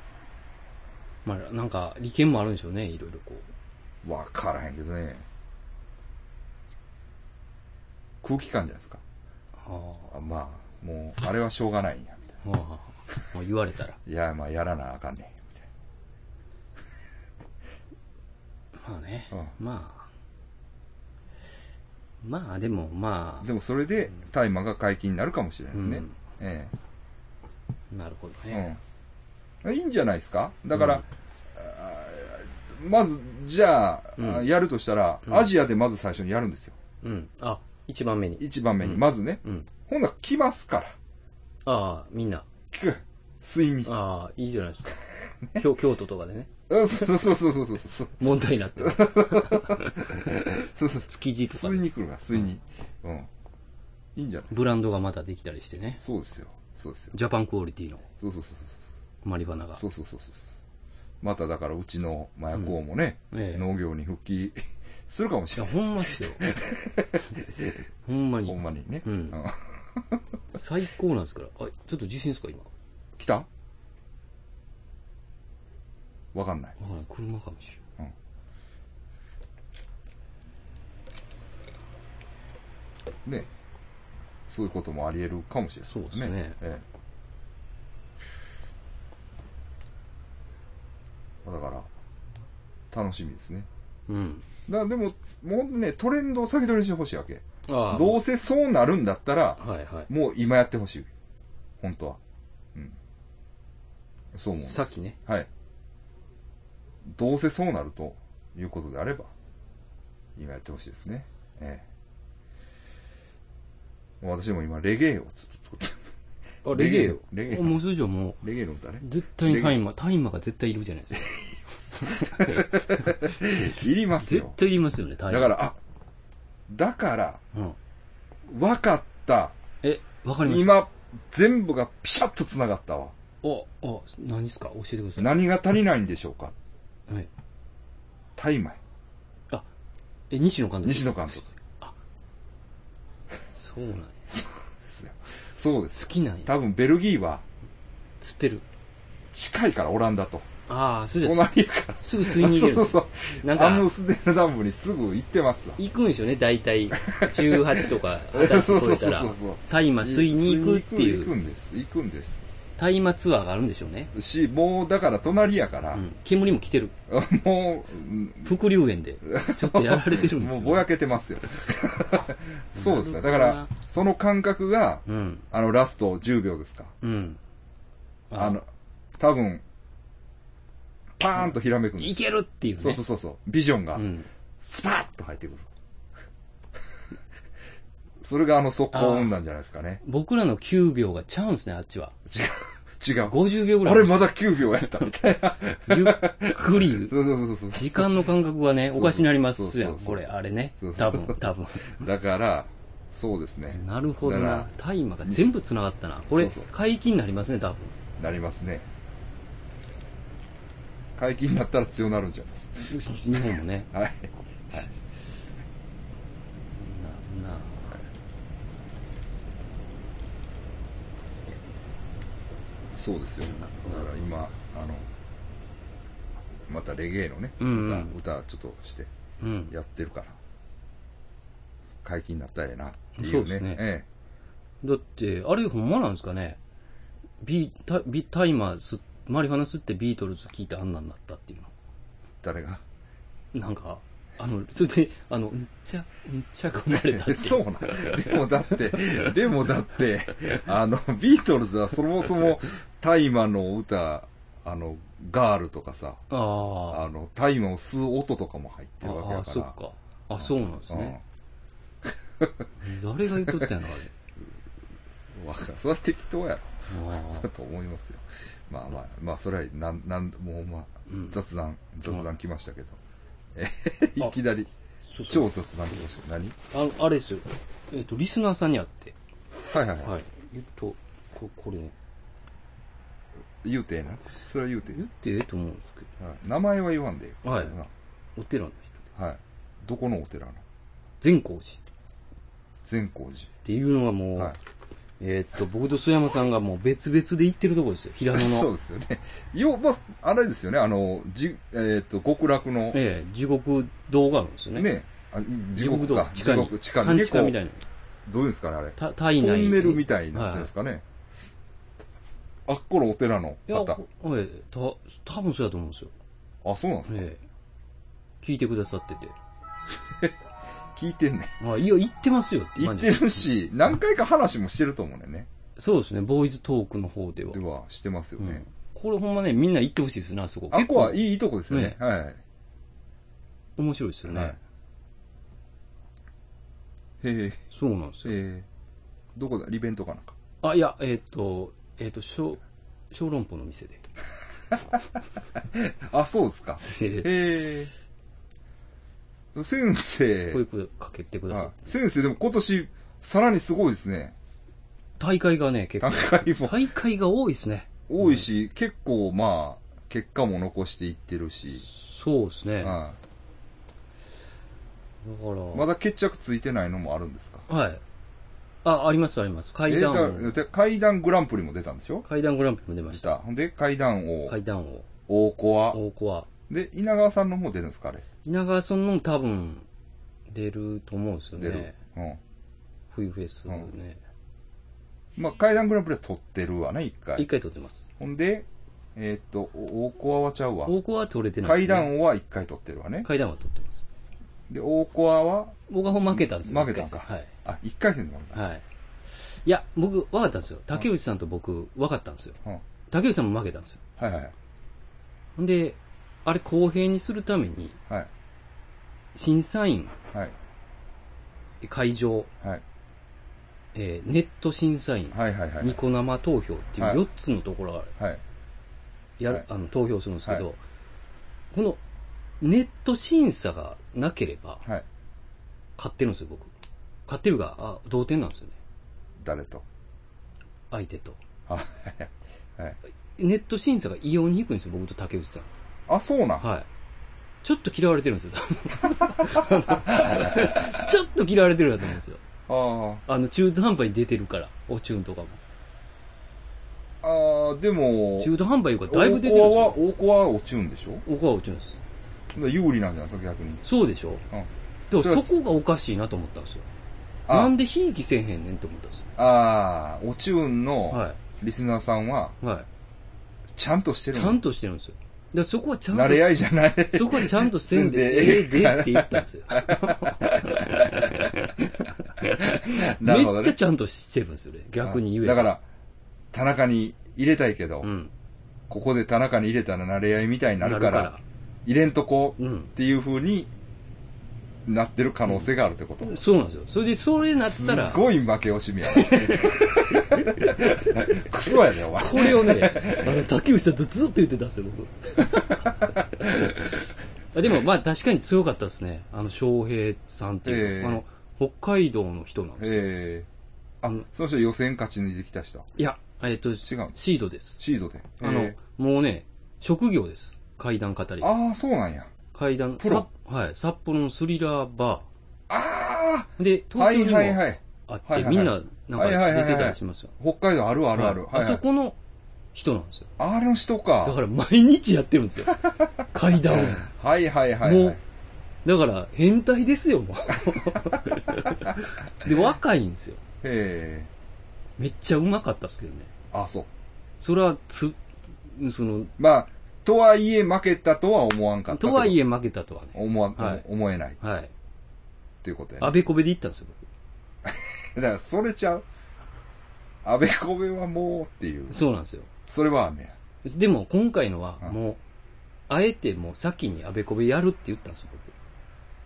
まあ、なんか、利権もあるんでしょうね、いろいろこ
わからへんけどね。空気感じゃないですか。
う。は
あまあ、もう、あれはしょうがないんや、みたい
あ、はあ、はあ、もう言われたら。
な。いや、まあ、やらなあかんねん、みたい
まあね、
う
まあ。まあ、でも、まあ。
な。でも、それで、大麻が解禁になるかもしれないですね。
うん
え
なるほど
え
ね。
うん。いいんじゃないですかだから、
うん
あーまず、じゃあ、
うん
やるとしたら、
うん
アジアでまず最初にやるんですよ。
うん。あ、一番目に。
一番目に、
うん
まずね。
うん。
ほんなら来ますから。
ああ、みんな。
く、ついに。
ああ、いいじゃないですか。 京京都とかでね、
うん、そうそうそうそうそうそう。
問題になってる。
そう そう。
築地とか
吸い
で、
に来るから、吸いに。うん。いいんじゃない
ブランドがまたできたりしてね。
そうですよ。そうですよ。
ジャパンクオリティの
そうそうそうそう
マリファナが。
そう。そうそうそうそうそう。まただから、うちの麻薬王もね、
ええ
農業に復帰 するかもし
い
れ
や、
ない。
ほんまっすよ。 ほんま
ほん
に。
まにね。
うん
うん、
最高なんですから。あ、ちょっと地震ですか、今。わ
来たわかんない。
からん車かもしれん。
うんね。そういうこともあり得るかもしれない、
そうですね
ええだから、楽しみですね。
うん。
だからでも、もうね、トレンドを先取りしてほしいわけ。
ああ。
どうせそうなるんだったら、
はいはい。
もう今やってほしい。本当は。うん。そう思うんです
さっきね。
はい。どうせそうなるということであれば、今やってほしいですね。ええ。もう私も今、レゲエをずっと作って ます。
あ、レゲエよ。
レゲエ
あもうそれじゃもう、
レゲエの歌ね。
絶対にタイマー、タイマーが絶対いるじゃないですか。
いります
絶
よ。
対いりますよね、タイ
だ
マ
か
ー。
ら、あ、だから、
うん。
わかった。
え、わかりました。
今、全部がピシャッと繋がったわ。
お、お、何ですか教えてください。
何が足りないんでしょうか
はい。
大麻。
あ、え、西野監督。
西野監督。
あ、そうなんや。
ですよ。そうです
好
よ。
きなんや。
多分、ベルギーは
釣ってる。
近いから、オランダと。
あああ、それじゃ
隣やから。
すぐ吸い
そう
に行ける
そう
んです
そ
よ
う。
なん
アム
か、
ステルダムにすぐ行ってますわ。
行くんでしょうね、大体。18とか、
そうそうそう
20超えた
そ
ら
うそう。
大麻吸いに行くって
行く
いう、
んです。行くんです。
大麻ツアーがあるんでしょうね。
し、もうだから隣やから、
うん煙も来てる。
もううん、
副流炎で。ちょっとやられてるんです
も
よ。
うぼやけて ますよ。そうですね。だか
なるほ
ら
ど、
その感覚が、
うん。
あの、ラスト10秒ですか。
うん。
あ、の、多分、パーンとひらめくんで
い
す。
けるっていうね。
そうそうそうそう。ビジョンが
う、ん。
スパッと入ってくる。 それがあの速攻を生んだんじゃないですかね。
僕らの9秒がちゃうんですね、あっちは。
違う。違う。
50秒ぐら
あ
い。
れまだ9秒やったみたいな。
ゆっくり、
そうそうそうそうそう。
時間の感覚がね、
そう
おかしになりますや
そ
ん。
うそうそう
これ、あれね
そう。そ
多
う
分、多分。
だから、そうですね。
なるほど
だか
な
ら。
大麻が全部繋がったな。こ
そ
れ
うそう、
解禁になりますね、多分。
なりますね。解禁になったら強なるんじゃないです。
日本もね。
はい。
な、な。
そうですよ。だから今、あの、またレゲエのね、
うんうん
歌、歌ちょっとして
うん。
やってるから、解禁になったらええなってい
そうう
ね。
ですね
え
だって、あれほんまなんですかね。ビー、タビタイマー吸っマリファナ吸ってビートルズ聞いてあんなになったっていう
え、誰が。
の。なんか、あの、それで、あの、んっちゃ、んっちゃこまれたっていう。
そうなん。でもだって、でもだって、あの、ビートルズはそもそも、大麻の歌、あの、ガールとかさ、
あ
あの、大麻を吸う音とかも入って
あ。
るわけ
あ
や
あ、
か
そっ
ら。
か。あ、そうなんですね。誰が言っとったんやろ、あれ。
うん。わかるそれは適当や
ああ
ろ、と思いますよ。まあまあ、まあ、それは、なん、なん、もうまあ、
う ん
雑談、雑談来ましたけど。 えいきなり、
そうそう
超雑談来ましたよ。何
あのあれですよ。えっ、と、リスナーさんに会って。
はいはいは
はい。えっと、ここれね。
い。言うてえな。それは言うてえ
言ってええと思うんですけ
はい名前は言わんでええ
はい
な
ど。お寺の人。
はい。どこのお寺の
善光寺っ
善光寺。
ていうのがもう、
はい
えっと、僕と須山さんがもう別々で行ってるところですよ。平野の。
そうですよね。よう、まあ、あれですよね、あの、じ、えっ、と、極楽の、ね、
ええ地獄堂があるんですよね。
あ地獄
堂
か、
地下に。
獄、地下に。
半地
結
下
構、
みたいな。
どういうんですかね、あれ。
た体
ト
内に。
ンネルみたいになってるん
は
ですかね。あっこのお寺の
い。いや、
方。
こええた、多分そうやと思うんですよ。
あ、そうなんですか。
ええ聞いてくださってて。
聞いてんね。
あ、いや、行ってますよ って
言
感
っ
じ
て
です
るし、何回か話もしてると思うねんね。
そうですね、ボーイズトークの方では
で。は、してますよ
う
ね
ん。これほんまね、みんな行ってほしいですね、あそこ。
あっこはい
い。
いいいとこですよね
ね。
は
面白いですよ
い。
ね。
はい。へえ、
そうなんですよ。
えー、どこだリベントかなんか。
あ、いや、えっ、と、えっ、と、小、小籠包の店で。
あ、そうですか。
え
へえ。先
え
生、
声かけてくださ
あ
って。
先生、でも今年、さらにすごいですね。
大会がね、結
大
構。
会も
大会が多いですね。
多いし、結構まあ、結果も残していってるし、
そうですね。だから、
ああまだ決着ついてないのもあるんですか
はい。あ、ありますあります。階
え
段
ー
王。
だだ階段グランプリも出たんでしょ
階段グランプリも出ま
出
した。
た。ほんで、階段王、
階段王。
大コア。
大子は。
で、稲川さんの方出るんですかあれ。
稲川さんのも多分、出ると思うんですよ
出る
ね。。
うん。
冬フェスね。
まあ、階段グランプリは取ってるわね、一
一
回。
回取ってます。
ほんで、えーっと、お大コアはちゃうわ。
大子は取れてない、
階段王は一回取ってるわね。
階段は取ってます。
で、大コアは、
僕は負けたんですよ。
負けたんか
はい。
あ、一回戦で負け
はい。いや、僕、分かったんですよ。竹内さんと僕、分かったんですよ。
た。うん。
竹内さんも負けたんですよ。
はいはい。
ほんで、あれ公平にするために、
はい。
審査員、
はい。
会場、
はい。
えーネット審査員、
はいはいはい。
ニコ生投票っていう
はい
4つのところが
はい。
やる、
はい
あの投票するんですけど、
は
このネット審査がなければ、
はい。
勝ってるんですよ、僕。勝ってるが、あ、同点なんですよね。
誰と。
相手と。
あ、はい。
ネット審査が異様に低いんですよ、僕と竹内さん。
あ、そうなん。は
はい。ちょっと嫌われてるんですよ。 ちょっと嫌われてるなと思うんですよ。
ああ。
あの、中途半端に出てるから、おチューンとかも。
あー、でも、
中途半端いうか、だい
大
ぶ出
コ
てる
ア
んです
は、
よ。
大コアは落ちるんでしょだか
おこは落ちるんです。
ら有利なんじゃないですか、逆に。
そうでしょ
うん。
でも
それは
そこがおかしいなと思ったんですよ。
あ
なんでひいきせえへんねんって思ったんですよ。
あー、落ち運の
は
リスナーさんは、
い。は
ちゃんとして
い。
る
ち
の
ゃんとしてるんですよ。だからそこはちゃんと
慣れ合いじゃない。
そこはちゃんとせんで、ええ
せんで
でって言ったんですよ。
なるほど
めっちゃ
ね。
ちゃんとしてるんですよね。逆に言えば。
だか、ら、田中に入れたいけど、
うん。
ここで田中に入れたら慣れ合いみたいになるから、
な
入れんとこ
るから。
っていう風になってる可能性があるってこと。
うん。そうなんですよ。それで、それなっ
す
たら、こ
ごい負け惜しみやなクソやで、お前。
れ をね、あの、竹内さんとずっと言ってたんですよ、 僕。でも、まあ確かに強かったですね。あの、翔平さんっていう、
ええ
あの、北海道の人なんですよ。
ええ
う
あ
ん、
その人予選勝ち抜いてきた人。
いや、えっと、シ
違う
ードです。
シードで。
あの、
え
もうね、職業です。階段語り
え。ああ、そうなんや。
階段、
プロ
さはい、札幌のスリラーバ
あ
ー。で、
あは
東
い
京に
はい
も
はい。
あ
は
って、
いはい
みんな、なんか
はいはいはいは
出
い
てたりしますよ。
北海道あるあるある。はい
あ
はい
そこの人なんですよ。
あれの人か。
だから毎日やってるんで すよ。階段を。
はいはいはい、
も
は
う
い。、
だから変態ですよ、もう。 で、若いんですよ。
へえ。
めっちゃうまかったっすけどね。
あ、そう。
それは、つ、その、
まあ、とはいえ負けたとは思わんかった。
とはい
え。
え負けたとはね。
思わ、
はい
思えないっ
はい。
ていうことや、
あ
ね。
べこべで行ったんですよ、
だから、それちゃう。安倍コベはもうっていう
僕。。そうなんですよ。
それはね。
でも今回のは
うん
もう、あえてもう先にあべこべやるって言ったんですよ、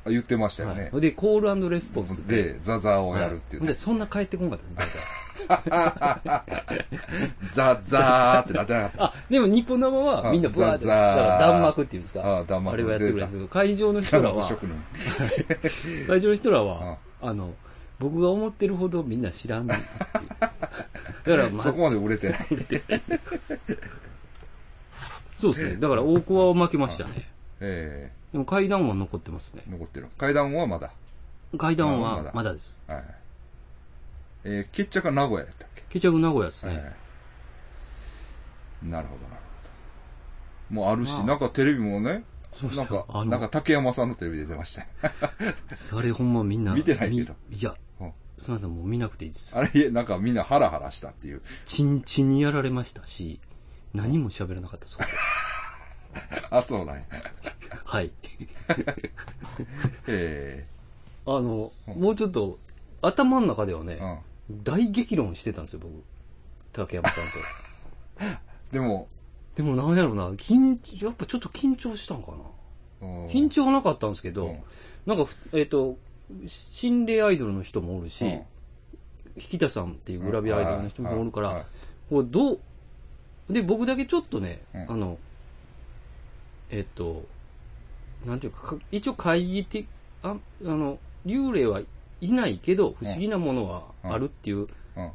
あ言ってましたよ
僕。
ね。
はい、で、コールレスポンスで。
で、ザザーをやるってい
は
う
で、。そんな帰ってこなかったです全然、
ザザーってなってなかっ
あ、でも日本生
は
はいみんなブワーって、
ザザー
だから弾幕っていうんです
た。
か。
ああ、黙
あ
っ
れ
て
をやってくれるんですけ
出
ど、会場の人
た。
ら
黙
は、
職人。
会場の人ら
あ
は、あの、僕が思ってるほどみんな知らんねんって いう。だから、まあ、
そこまで売れてない。
そうですね。だから、大コアを負けましたね。
え
でも階段は残ってますね
え。残ってる。階段はまだ。
階段
ま
は
だ
まだです。
はい。えー決着は名古屋やったっけ
決着名古屋です
はいは
ね。
い。なるほど、なるほど。もうあるし、
まあ
なんかテレビもね、
そう
なん
そう
か、
あ
なんか
の、
竹山さんのテレビで出ましたよ。
それほんまみんな。
見てないけど
みいや
うん、
すみません、もう見なくていいです
あ。れ、いやなんかみんなハラハラしたっていう。
チンチンにやられましたし、何も喋らな かった、そこで
あ、そうなんや。
はい。
え
あの、
うん
もうちょっと、頭の中では
え
ね、大激論してたんですよ、僕。竹山さんと。
うん。でも、
でもなんやろな、緊、やっぱちょっと緊張したんかな。
うん
緊張はなかったんですけど、
うん
なんかふ、えっ、と、心霊アイドルの人もおるし、
うん
引田さんっていうグラビアアイドルの人もおるから、
はいはい
こうどう、で、僕だけちょっとね、
うん
あの、えっ、と、なんていうか、か一応会議的、ああの、幽霊はいないけど、不思議なものはあるっていう、
うん。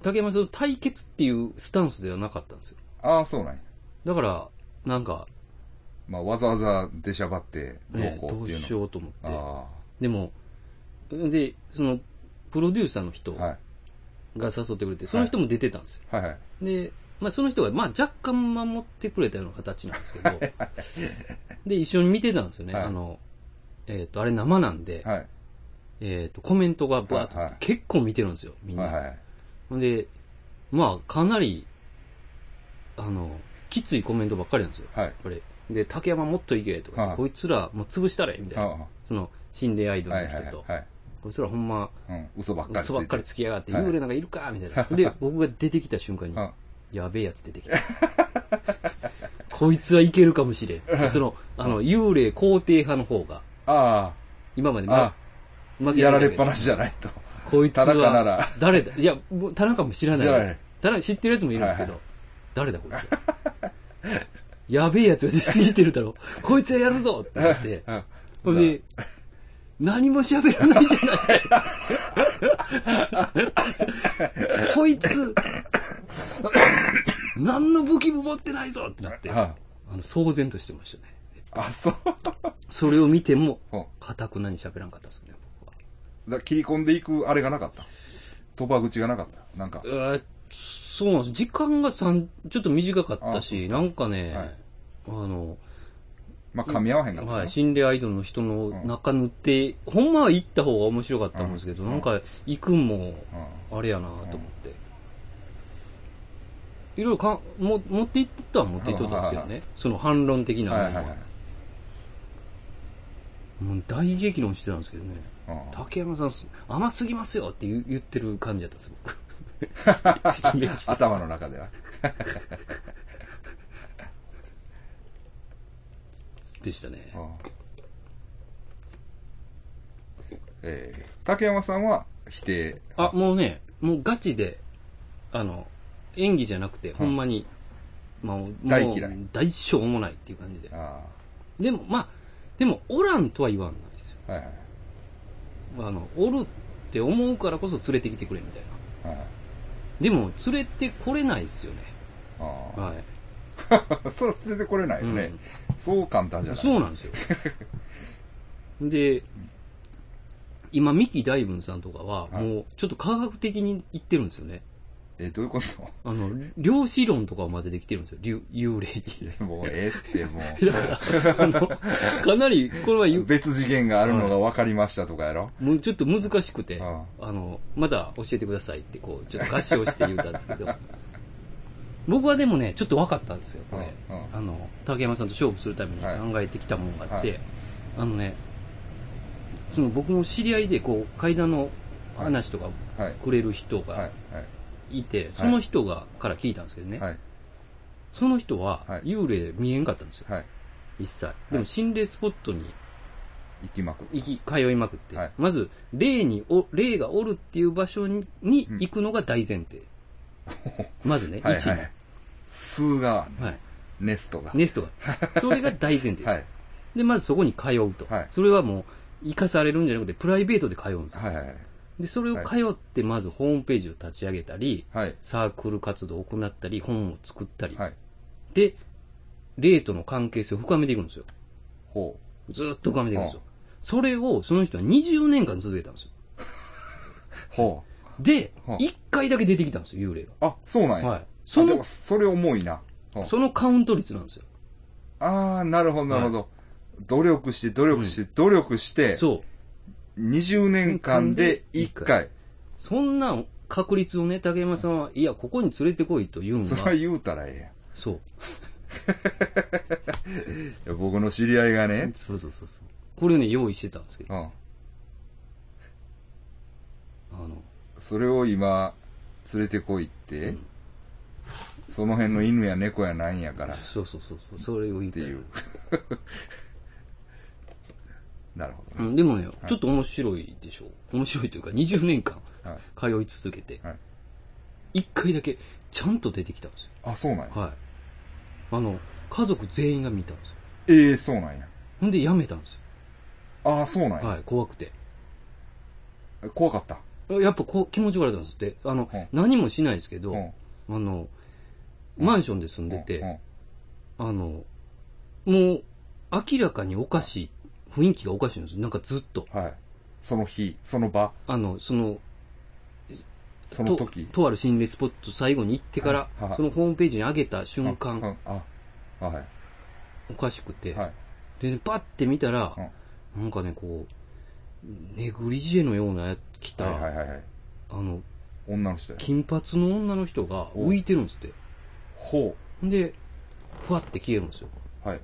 竹山さんと対決っていうスタンスではなかったんですよ。
ああ、そうなんや。
だから、なんか、
まあ、わざわざ出しゃばって、どう
ね、
こ
ど
うっ
う
ていう
し
の。
ようと思って。
あ
でも、で、その、プロデューサーの人
あ、はい
が。誘ってくれて、その人も出てたんですよ。
はいはい。
で、まあその人が、まあ若干守ってくれたような形なんですけど、 で、一緒に見てたんですよね。
はい
あの、えっ、と、あれ生なんで、
はい。
えっ、と、コメントがバーッと、
はいはい
結構見てるんですよ、みんな。
はいはい。
ほんで、まあかなり、あの、きついコメントばっかりなんですよ。
はい。
これ。で、竹山もっといけとか、
はい
こいつらもう潰したれみたいな。
あ
その、心霊アイ
あ
ドル
は
の
いは
人
い
と、
はい。
こいつらほんま、
うん。嘘ばっかりついて。
嘘ばっかりつきやがって、
はい
幽霊なんかいるかみたいな。 で、僕が出てきた瞬間に
う、ん。
やべえやつ出てきた。こいつはいけるかもしれん。その、あの、幽霊肯定派の方が、
あ
今まで
あ、あ
ま、負
あ、
けて
や
た
ら
け
れ
ど
っぱなしじゃないと。
こいつ
田中な
は、
ら。
誰だいや、もう田中も知らな。
じゃないい。
田中知ってるやつもいるんですけど、
は
誰だこいつ。 やべえやつが出すぎてるだろ。こいつはやるぞって言って、ほんで、何も喋らないじゃない。 こいつ、何の武器も持ってないぞってなって、あ
あ
の、騒然としてましたね。
あ、そう。
それを見ても、
うん
かたくなに喋らんかったですね、僕は。
だ切り込んでいくあれがなかった。突破口がなかった。なんか。
えーそうなんです。時間が三ちょっと短かった
あそうそ
し、
う
なんかね、
はい
あの、
まあ、噛み合わへんかったな。
はい、心霊アイドルの人の中塗って、ほんまは行った方が面白かったんですけど、
うん
なんか行くんも、
う
あれやなと思って。いろいろかも持って行ったは持って行っとったんですけどね、その反論的
ん
な
はいはい
の
はい。
もう大激論してたんですけどね、
うん
竹山さん、す甘すぎますよって言う言ってる感じやった、すごく。イメージで
頭の中では。
でしたね。
うんえー竹山さんは否定。
あ、もうね、もうガチで、あの、演技じゃなくて、ほんまに、まあ、もう
大嫌い。
大しょうもないっていう感じで。
あ
でも、まあ、でも、おらんとは言わんないですよ。
あ、はいはい。
あの、おるって思うからこそ連れてきてくれみたいな。
はい
でも、連れてこれないですよね。
あ
は
あ。 それは連れてこれない
い。
よね。
うん
そう簡単じゃない。
そうな んですよ。で、今、三木大文さんとかは、
はい
もう、ちょっと科学的に言ってるんですよね。
え、どういうこと
あの、量子論とかを混ぜてきてるんですよ。竜幽 霊に。
もうええって、も
だから、あの、かなり、これは
う。
ゆ、
別次元があるのが分かりましたとかやろ
もうちょっと難しくて、
あ
あの、まだ教えてくださいって、こう、ちょっと合唱して言うたんですけど、僕はでもね、ちょっと分かったんですよ、これ。
うんうん
あの、竹山さんと勝負するため
はい
に考えてきたもんがあって、
は
あのね、その僕の知り合いで、こう、階段の話とか
はい。
くれる人
はい。は
がいて、その人が、から聞いたんですけどね、
い。はい。
その人は
はい
幽霊見えんかったんですよ、
はい。
一切。でも心霊スポットに
行きまくって。
行き、通いまくって、
はい
まず、霊にお、霊がおるっていう場所にに
うん
行くのが大前 提。まずね、
はい。
一、
は。
はい
数があるね、
はい。
ネストが。
ネストが。それが大前提です。
はい。
で、まずそこに通うと。
はい
それはもう、行かされるんじゃなくて、プライベートで通うんですよ。
はいはいはい。
で、それを通って、まずホームページを立ち上げたり、
はい。
サークル活動を行ったり、本を作ったり。
はい。
で、霊との関係性を深めていくんですよ。
ほ
ずーっと深めていくんですよ。それを、その人は20年間続けたんですよ。
う。ほう。
で
はあ、
一回だけ出てきたんですよ、幽霊
あ、そうなん
が。
や。
はい。
そ
そ
で
の
も、、それ重いな。ほう
そのカウント率なんですよ。
ああ、なるほど、なるほど。努力して、努力して、努力して、
そう。
20年間で1回。
そんな確率をね、竹山さんは、いや、ここに連れてこいと言うん
それ
が
は、言うたらええやん
そう。
いや。僕の知り合いがね、
そうそうそうそう。これをね、用意してたんですけど、
うん。
あの、
それを今、連れてこいって、
うん
その辺の犬や猫やなんやから、っ
そうそうそうそう、それを言ってて
いう。なるほ
う
どね。
ん、でもね、ちょっと面白いでしょ面白いというか、20年間
はい、
通い続けて
はい、
一回だけ、ちゃんと出てきたんですよ。
あ、そうなんや。
はい。あの、家族全員が見たんですよ。
ええそうなんや。
ほんで、やめたんですよ。
ああ、そうなんや。
はい、怖くて。
怖かった。
やっぱこう気持ち悪かったんですって。あの、
うん
何もしないですけど、
うん。
あの、マンションで住んでて、
うん
あの、もう、明らかにおかしい、雰囲気がおかしいんですよ。なんかずっと。
うんはい。その日、その場、
あの、その、
その時
と。とある心霊スポット最後に行ってから、
はいはい
そのホームページに上げた瞬
う
間、
んうんあ、は
おかしくて、
い。はい。
で、ね、パッて見たら、なんかね、こう、ネグリジェのようなやつ着た、
はいはいはいはい。
あの、
女の人や。
金髪の女の人が浮いてるんですって。
ほ
で、ふわって消えるんですよ。
う。はい。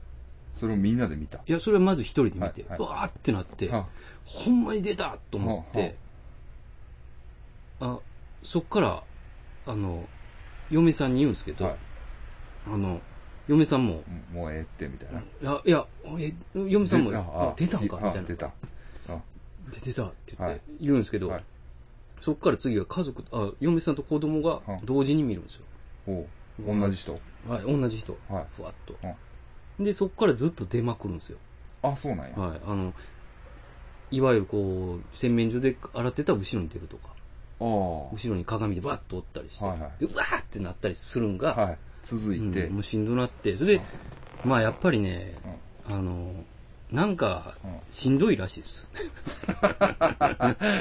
それをみんなで見た。
いや、それはまず一人で見て、
はいはい
わーってなって、
は
ほんまに出たと思って、あ、そっから、あの、嫁さんに言うんですけど、
はい
あの、嫁さんも、
うんもうええって、みたいな。
いや、いや、え、嫁さんも、
で
あ出たんか
あ
みたいな。
出
で、
た。あ
出たって言っ
はい
て、言うんですけど、
はい
そっから次は家族、あ、嫁さんと子供が
は
同時に見るんですよ。
ほう。同じ人。
はい、同じ人。
はい
ふわっと。で、そっからずっと出まくるんですよ。
あ、そうなんや。
はい、あの、いわゆるこう、洗面所で洗ってたら後ろに出るとか、
ああ。
後ろに鏡でバッと折ったりして、
はいはい
でうわーってなったりするんが、
はい。続いて
うん、もうしんどなって、それで、まあやっぱりね、あの、なんか
うん、
しんどいらしいです。え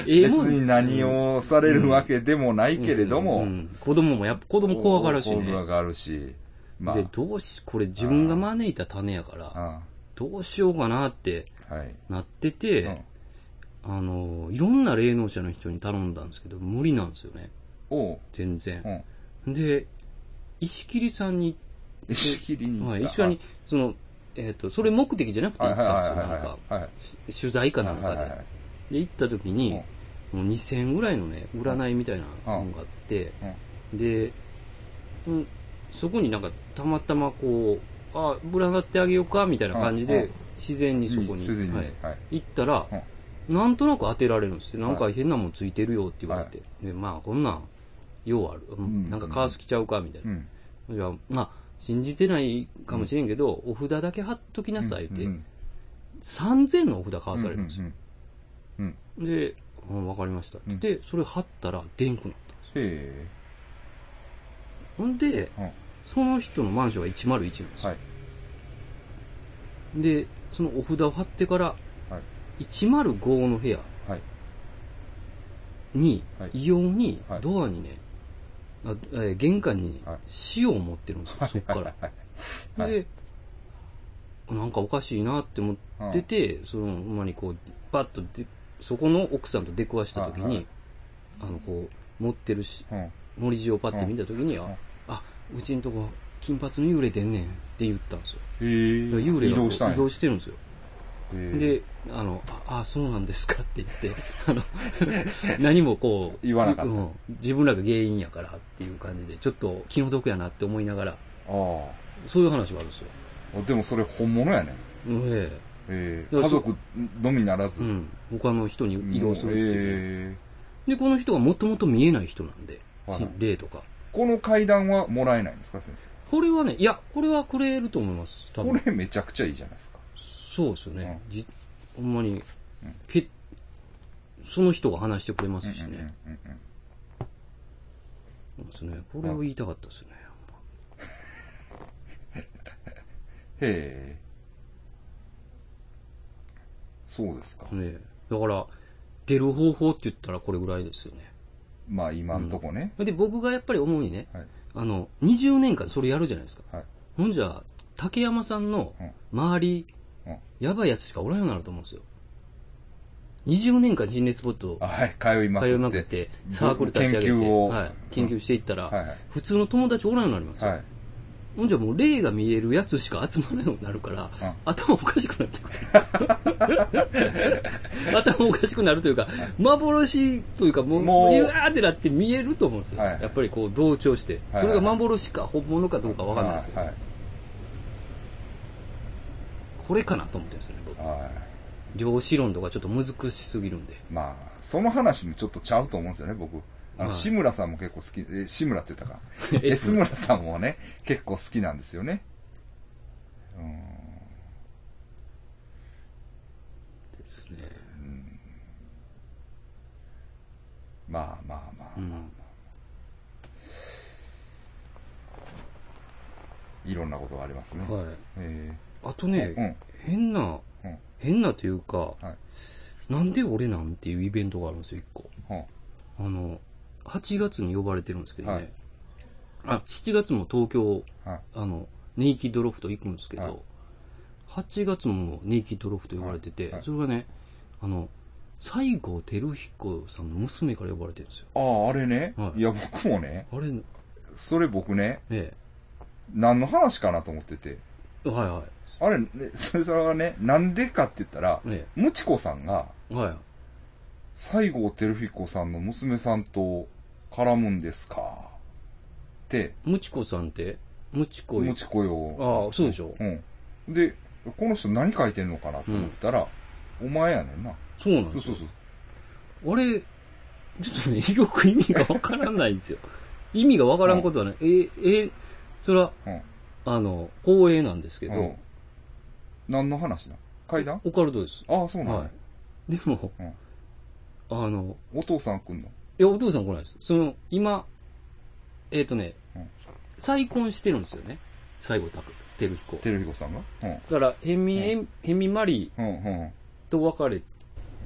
え
別
もん
に何をされるわけでもないけれど
う
も、
ん子供もやっぱ、子供怖がるし
怖
ね。
がるし、まあ、
で、どうし、これ自分が招いた種やから、
あ
どうしようかなって
あはい。
なってて、
うん
あの、いろんな霊能者の人に頼んだんですけど、無理なんですよね。
おう、
全然
う。ん。
で、石切さんに、
石切りに行った。
はい、石切に、その、えっ、と、それ目的じゃなくて
はい
行っ
はいは
たん
い
ですよ。
は
なんか、
いはい。はい
取材かなん
は
か
いはいは
で。
い。
で、行った時に、もう2000ぐらいのね、占いみたいなのがあって、で、うん、そこになんかたまたまこう、あ、占ってあげようかみたいな感じ
うんう
で
ん、
自然にそこ
すで
に、
に、
は
はいい。
行ったら、なんとなく当てられるんですって、なんか変なもんついてるよって言われて、で、まあこんなん、ようある、うん
うん
なんかカース来ちゃうかみたいな
う。ん。
いや、まあ、信じてないかもしれんけど、お札だけ貼っときなさいって、
うん
3000のお札買わされるんですよ。。
うんうんうん。
で、うん、わかりました。
うん
で、それ貼ったら、でんくなったんですよ。
へ
ほんで、
え。うん
その人のマンションは101なんですよ。
はい。
で、そのお札を貼ってから、
は
105の部屋
はい。
に、
はい
異様に
はい
ドアにね、あえー玄関に
はい
塩を持ってるんですよ、そっから。
はい
で、なんかおかしいなって思ってて、その、ほんまにこう、バッとで、そこの奥さんと出くわした時に、
はいはい
あの、こう、持ってるし、
うん。うん。
森塩をパッて見た時に、あ
うん、
あ、うちんとこ、金髪の幽霊出んねんって言ったんですよ。
へえ。
だから幽霊
移
がこう
動したん
移
や。
動してるんですよ。
へえ、
で、あの、あ、あそうなんですかって言 って、あの、何もこう、
言わなかった
うん自分らが原因やからっていう感じで、ちょっと気の毒やなって思いながら、
ああ。
そういう話があるんですよ。
あでもそれ本物やね。
え
ええ
いや
家族のみならず。
えうん。他の人に移動するっていう。
ええ
で、この人がもともと見えない人なんで、
はい
霊とか。
この階段はもらえないんですか、先生。
これはね、いや、これはくれると思います。多
こ
分。
れめちゃくちゃいいじゃないですか。
そうですよね。じほんまに、けその人が話してくれますしね。
うんうんうん
そうですね。これを言いたかったですね。
へえ。そうですか。
ねだから、出る方法って言ったらこれぐらいですよね。
まあ今んとこね。
で、僕がやっぱり思うにね、
はい
あの、20年間それやるじゃないですか。
はい
ほんじゃ、竹山さんの
うん
周り、
うん
やばいやつしかおらんようになると思うんですよ。20年間心霊スポット
あはい、通いまくっ
通
て。
いまくって、サークル立ち上げて、
研究を
はい、研究していったら、
はいはい。
普通の友達おらんようになりますよ。
はい。
ほんじゃもう霊が見えるやつしか集まらないようになるから、
うん
頭おかしくなってくる。頭おかしくなるというか、幻というかもう、
もう
うわーってなって見えると思うんですよ。
はい
やっぱりこう同調して、
はい
それが幻か本物かどうかわかんないですけど、
はい。
これかなと思ってるんですよね、僕
は
量子論とかちょっと難しすぎる んで。
い。まあ、その話もちょっとちゃうと思うんですよね、僕。あ
は
の、
い
志村さんも結構好き、え、志村って言ったか。
え
え、志村さんもね、結構好きなんですよね。う
ですね。
ん。まあまあまあ、
うん。
いろんなことがありますね。
はい。
え
あと
え
ね、
うん。
変な、
うん
変なというか、
は
なんで俺なんっていうイベントがあるんですよ、一個。
うん
あの、8月に呼ばれてるんですけどね。
はい
あ、7月も東京、
はい
あの、ネイキッドロフト行くんですけど、
はい
8月もネイキッドロフト呼ばれてて、
はいはい
それがね、あの、西郷輝彦さんの娘から呼ばれてるんですよ。
ああ、あれね、
はい
い。や、僕もね、
あれ、ね
それ僕ね、
え
何の話かなと思ってて。
え、はいは
あれ、ね、それそれはね、なんでかって言ったら、
い、え
ムチコさんが、
え、はいはい。
西郷輝彦さんの娘さんと絡むんですかって、
ムチコさんって、ムチコ
ムチコよ。
ああ、そうでしょ、
うん。で、この人何書いてんのかなと思ったら、お前やねんな。
そうなん
そ
で
う
す
そ
よ
う。そう。
あれ、ちょっとね、よく意味がわからないんですよ。 意味がわからんことはね、ええそれは、
うん
あの、光栄なんですけど、
うん。何の話だ階段
オカルトです。
ああ、そうなんだ、
はい。でも、
うん
あの、
お父さん来んの
いや、お父さん来ないです。その、今、えっ、とね、
うん
再婚してるんですよね。西郷拓テルヒコ。
テルヒコさんがうん。
だから、ヘミ、ヘミヘミマリ
うん、うん。
と別れ、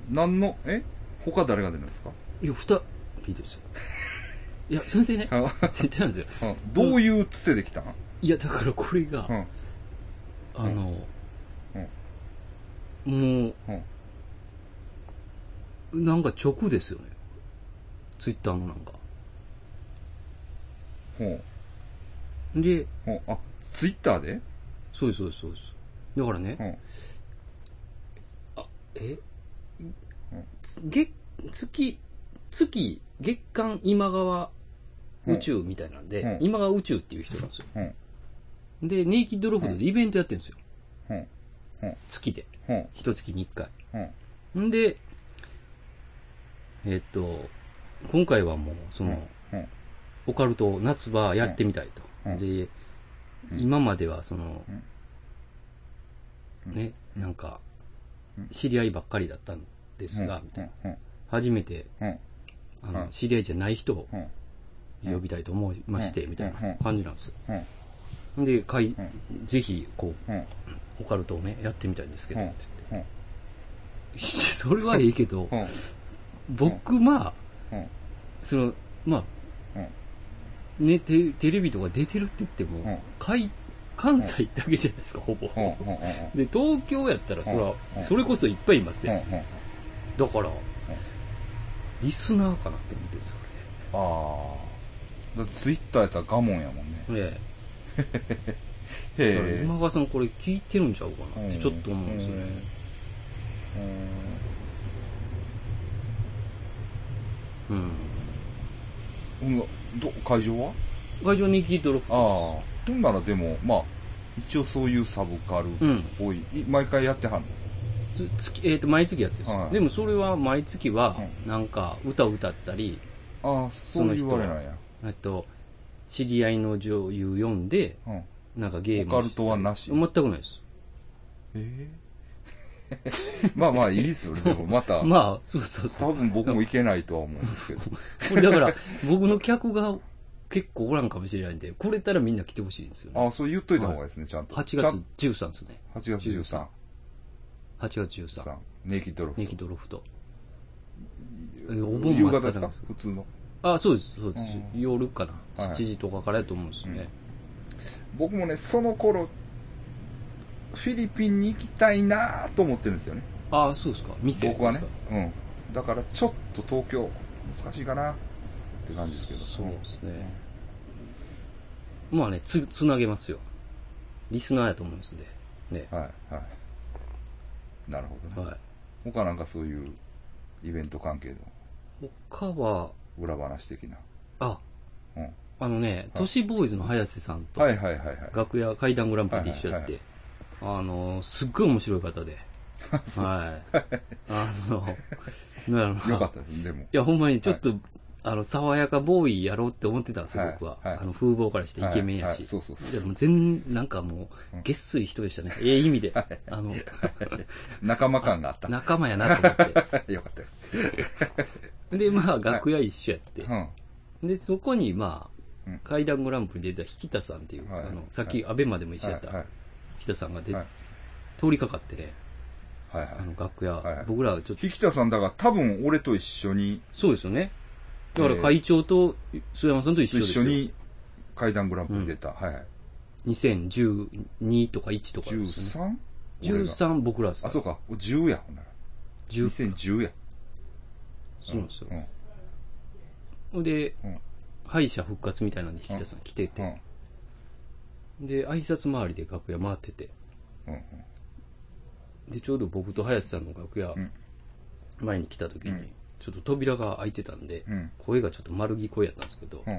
何の、え他誰が出るんですか
いや、二人ですよ。いや、それで ね、
あ
言ってたんですよ。
うんどういうつてできたん
いや、だからこれが、
うん。
あの、もう、なんか直ですよね。ツイッターのなんか。
ほう。
で、
ほう。あ、ツイッターで
そうです、そうです、そうです。だからね、
うん。
え、つ月、月、月、月間今川宇宙みたいなんで、
うん
今川宇宙っていう人なんですよ。
うん。
で、ネイキッドロフトでイベントやってるんですよ。
うん。
月で。
ほう。
一月に一回。
ほう。
んで、えっと、今回はもう、その、
うんうん
オカルト夏場やってみたいと。
うん
で、
うん
今まではその、
うん
ね、なんか
うん、
知り合いばっかりだったんですが、みたいな。
うん。
初めて、
うん。
あの、
うん
知り合いじゃない人を
うん。
呼びたいと思いまして、
うん
みたい
うん
な感じなんですよ。
うん。うん。
で、かい、
う
ぜひ、こ
うん。
う、オカルトをね、やってみたいんですけど、
うん
って
う
言
ん
って。 それはいいけど、
うん。
僕、まあ、
うん。
その、まあ、ね、テテレビとか出てるって言っても、
うん
かい関西だけじゃないですか、ほぼ。
うん。うん。うん。
で、東京やったら、そら、
うん
それこそいっぱいいます
う
よ。
ん。うん。
だから、リスナーかなって思ってるんですよ、
ああ。だってツイッターやったら我慢やもんね。
これね。ええ。だから
へえ。
今川さんこれ聞いてるんちゃうかなってちょっと思うんですよね。うん。
うん。うん。ど、会場は
会場に聞いてる。
ああ。ほんならでも、まあ、一応そういうサブカル
うん。
多い。い毎回やってはんの
つ月、えっ、と、毎月やってるんですよ、
はい
でもそれは毎月は
う、
なんか、歌歌ったり、
ああ、そういうあれなんや。
えっと、知り合いの女優読んで、
うん。
なんかゲー
オ
ム
カルトはなし。
全くないです。
ええまあまあ、いいですよね。でもまた、
まあ、そうそうそ
多
う。
分僕もいけないとは思うんですけど。
これだから、僕の客が結構おらんかもしれないんで、来れたらみんな来てほしいんですよね。
ああ、そう言っといた方がいいですね、ちゃんと。
8
ちゃん
月13ですね。
8月13。
8月13。
さんネイキッドロフト
ネキドロフト。えお盆
夕
真
方
っ只
です
中
か
です
普通の。
あ、そうです、そうです。
うん
夜かな。
はい
7時とかからやと思うんですよね。
僕もね、その頃、フィリピンに行きたいなぁと思ってるんですよね。
あそうですか。店
僕はね
ですか。
うん。だからちょっと東京、難しいかなって感じですけど。
そうですね。まあね、つ、つなげますよ。リスナーやと思うんですんで。ね。
うんはい、はい。なるほどね。
はい。
他なんかそういうイベント関係の
他は、
裏話的な。
あ、
うん。
あのね、都市ボーイズの早瀬さんと、
はいはいはいはい。
楽屋怪談グランプリで一緒やっ
は
て、あの、すっごい面白い方で、
そう
はい。あの、なんやろ
よ
な
かっ
い
たですね、でも。
や、ほんまにちょっと、あの、爽やかボーイやろうって思ってたんですよ
は、い
僕は。
はい
あの、風貌からしてイケメンや
はいは
し
い。そうそうそう
でも全、なんかもう、げっすり人でしたね。ええ意 味で。あの、
仲間感があった。
仲間やなと思っ
よかったよ。
て。で、まあ、楽屋一緒やって
う。ん。
で、そこに、まあ
うん、
怪談グランプリに出た引田さんっていう、
はい
あの、さっき、アベマでも一緒やっ
はいは
た
い。
引田さんが出
はい
通りかかってね、
はい
あ
は
の、楽屋
はい、
僕らちょっ
い。
と、
引田さんだが多分俺と一緒に、
そうですよね。だから
えー
会長と、須山さんと一緒
一
です
緒
よ。
に階段グランプリ出た。はいはい。
2012とか1とかですね。
13? 俺が
13僕らです
あ、
か
そうか。10や、ほんなら。
10
2010や。
そうなんですよ
う。ん。
ほんで
うん、
敗者復活みたいなんで、引田さん来て
うん。
て、で、挨拶回りで楽屋回ってて、
うんうん。
で、ちょうど僕と林さんの楽屋
ん、
前に来た時
う
に
ん、
ちょっと扉が開いてたんで
うん、
声がちょっと丸聞こえやったんですけど
う、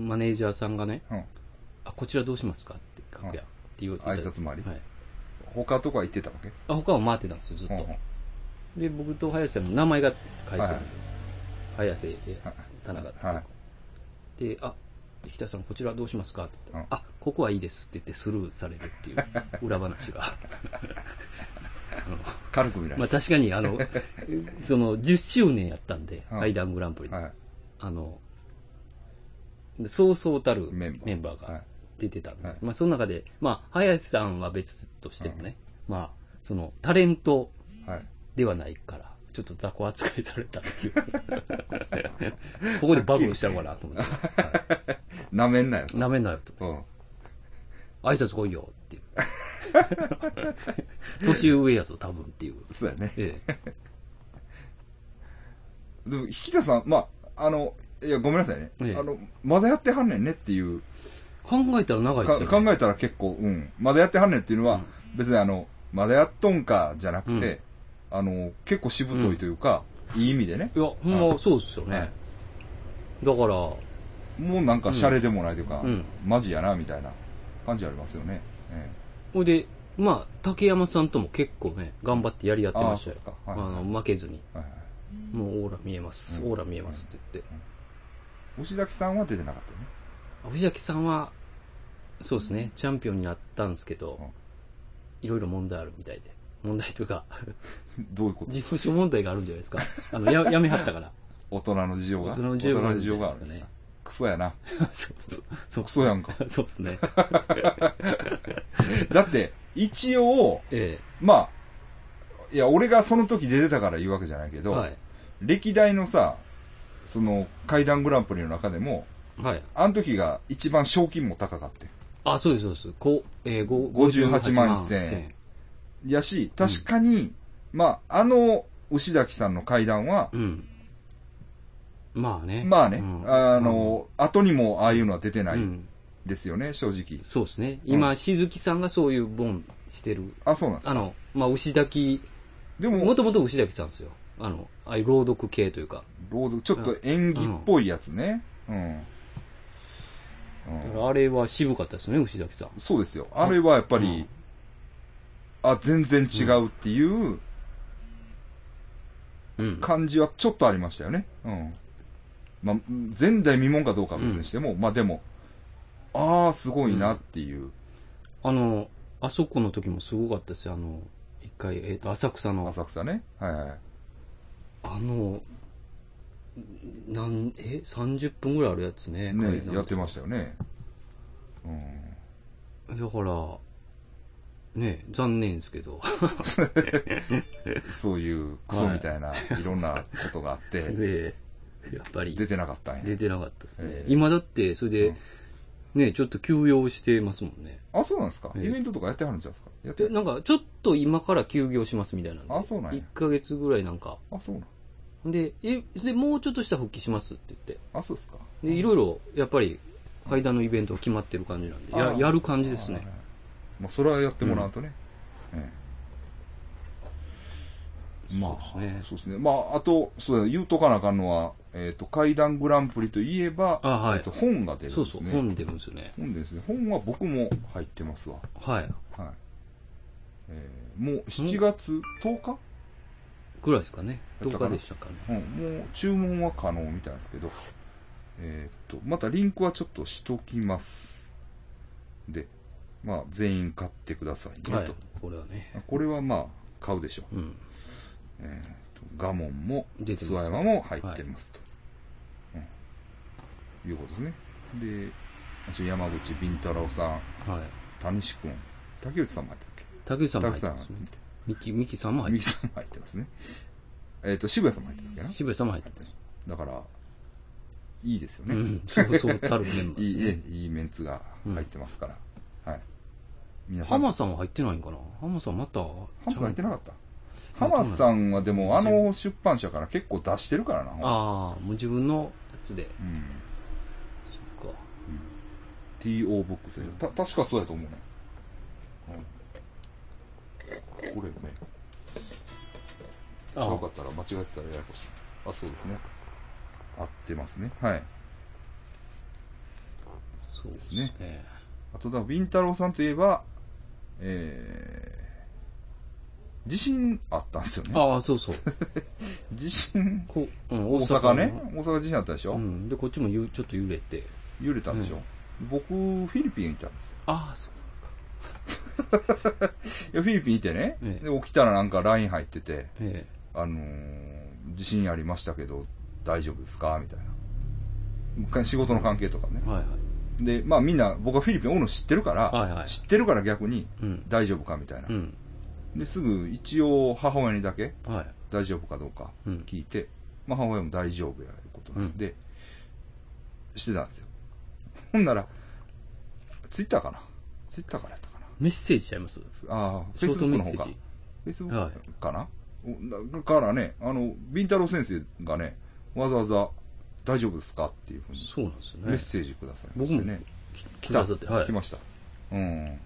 ん。
マネージャーさんがね、
うん。
あ、こちらどうしますかって、楽屋、って言われて。
挨拶回り
はい。
他とか行ってたわけ
あ、他は回ってたんですよ、ずっ
うん
と。で、僕と林さんの名前が書いて
は
あ
い
る
は。
早瀬、え
はい
田中ってとこ
は
で、あ、北さんこちらどうしますかって言
うん
ったら、あ、ここはいいですって言ってスルーされるっていう裏話が。 あ
軽く見ら
のま
れ
あ確かに あの、その10周年やったんで、
うん
階段グランプリ
た。
の。
はい。
あの、そうそうたる
メ
メ
ンバー
ンバー
は
が
い
出てたんで、
はい
まあその中で、まあ、林さんは別としてもね、まあ、その、タレント
はい。
ではないから、ちょっと雑魚扱いされたって いう。ここでバグしたのかなと思って、
なめんなよ。
なめんなよと。
うん。
挨拶来いよ っていう。年上やぞ、多分っていう。
そうやね。
ええ。
でも、引田さん、まあ、あの、いや、ごめんなさいね。
ええ
あの、まだやってはんねんねっていう、
考えたら長いで
か
すよ、ね。
考えたら結構、うん。まだやってはんねんっていうのは、
うん
別にあの、まだやっとんか、じゃなくて、あの、結構しぶといというか、いい意味でね。
いや、ほんまそうですよね。
はい
だから、
もうなんか、シャレでもないというか、
うん
マジやな、みたいな感じありますよね。え
ほいで、まあ、竹山さんとも結構ね、頑張ってやり合ってましたよ。
ああそうっすかはい
あの、負けずに。
えはいはい
もうオーラ見えます、
うん
オーラ見えますって言って。
押崎さんは出てなかったよね。
藤崎さんは、そうですね、チャンピオンになったんですけど
うん、
いろいろ問題あるみたいで。問題というか、
どういうこと
事務所問題があるんじゃないですか。あの、や、やめはっ たから。
大人の事情が
大人の事情があるんじゃ
が
な
あ
い
るんで
で
すす
か
か。クソやな。
そうそう。
ク
そ
ソ
う。
やんか。
そうです ね。
だって、一応、
え
まあ、いや、俺がその時出てたから言うわけじゃないけ
え。
ど、
はい。
歴代のさ、その、階段グランプリの中でも、
はい。
あの時が一番賞金も高かって。
あ、そうです、そうです。こう、えー、ご
58万1000円。やし、確かに、まあ、あの、牛崎さんの階段は、
うん。まあね。
まあね、
うん
あ、の、後にもああいうのは出てな
う
い
ん。
ですよね、正直。
そうですね。
うん
今、しずきさんがそういうボンしてる。
あ、そうなんです
あ
か。
の、まあ、牛滝、
で
も
も、
ともと牛滝さんですよ。あの、ああいう朗読系というか。
朗読、ちょっと演技っぽいやつね。うん。うん
あれは渋かったですね、牛滝さん。やっ
そうですよ。あれはやっぱり、あ、全然違うっていう
うん。
感じはちょっとありましたよね。うん。まあ、前代未聞かどうかは別にしても、まあでも、ああ、すごいなっていう。
あの、あそこの時もすごかったですよ。あの、一回、えっ、と、浅草の、
浅草ね。はいはい。
あの、なん、え、30分ぐらいあるやつね。
ね
階段
やってましたよね。うん。
だから、ね、残念ですけど。
そういうクソみたいな、いろんなことがあっ て、
で、やっぱり。
出てなかったんや。
出てなかったですね。
ええ
今だって、それで、
うん
ね、ちょっと休養してますもんね。
あ、そうなんですか。
え
イ
え
ベントとかやってはるんじゃないですか。やって
で、
る
なんか、ちょっと今から休業しますみたいなんで。
あそうなんや
1ヶ月ぐらいなんか。
あ、そうなん。
で、え、で、もうちょっとしたら復帰しますって言っ
あ、そうですか。
て。で、いろいろ、やっぱり、階段のイベントが決まってる感じなんで、や
あ、ー
やる感じですね。
まあ、それはやってもらうとね。ええまあ、
そうですね
そうですね。まあ、あと、そうだ、言うとかなあかんのは、えっ、と、怪談グランプリといえば、
あ、は
えっ
い
と、。本が出るん
そう
です
そう、
ね。
本出るんですよね。
本ですね。本は僕も入ってますわ。
は
は
い。
い。えーもう7月10日
ぐらいですかね。
や
ど
った
う
かな
かでしたかね。
うん、もう注文は可能みたいですけど、えーっと、またリンクはちょっとしときます。で、まあ、全員買ってくださいね、
はい
と。。
これはね。
これはまあ、買うでしょう。
うん。
えーっと、ガモンも、
出て
諏訪
ます。
山も入ってますと。うん。いうことですね。で、一応山口敏太郎さん、
はい。
谷志くん、竹内さんも入ってるっ
竹内さ
け
んも
竹内さ
入って
ん
ますね。ミキ、ミキさんも入
三
っ
木さ
て
んも入ってますね。えーっと、渋谷さんも入ってるっけな
ます。。渋谷さんも入ってま
入
す
ってるだから、いいですよね。
うん、そうそうたるメンバー
いい
です
え
ね。、
いいメンツが入ってますから。はい。皆さん。
浜さんは入ってないんかな浜さんまた。浜
浜さん入ってなかった
ゃん
浜さんはでも、あの出版社から結構出してるからな。本
ああ、もう自分のやつで。
うん。
そっか。
TO ボックスでた、確かそうやと思うね。うん。これね、
あ
違うかったら間違えてたらややこしい。あ、そうですね。合ってますね。はい。
そうです
で
ね
す。あとだ、ウィンタロウさんといえば、えー、地震あったんですよね。
ああ、そうそう。
地震、
こうん
大阪ね。大阪地震あったでしょ、
うん。で、こっちもゆちょっと揺れて。
揺れたんでしょ、僕、フィリピンにいたんですよ。
ああ、そう。
いや、フィリピンにいてね。
ええ
で、起きたらなんか LINE 入ってて、
え
あのー地震ありましたけど、大丈夫ですかみたいな。か仕事の関係とかね
え。。はいはい。
で、まあみんな、僕はフィリピンおるの知ってるから、
はいはい
知ってるから逆に、
うん。
大丈夫かみたいな
う。ん。
で、すぐ一応母親にだけ、
はい。
大丈夫かどうか
うん。
聞いて、まあ母親も大丈夫や、いうことなんで、してたんですよ。ほんなら、ツイッターかなツイッターからやったかな
メッセージしちゃいます
ああ、
シ
フェイ
ョー
ス
ト
ブッ
メ
クの方
ッセー
か。
ジ。
フェイスブックかな、だからね、あの、ビンタロウ先生がね、わざわざ大丈夫ですかっていうふうに
そうなんですよ
メッ
ね。
セージくださいましてね。
来
来た、
って、はい。あ
来
り
ました。うん。
がと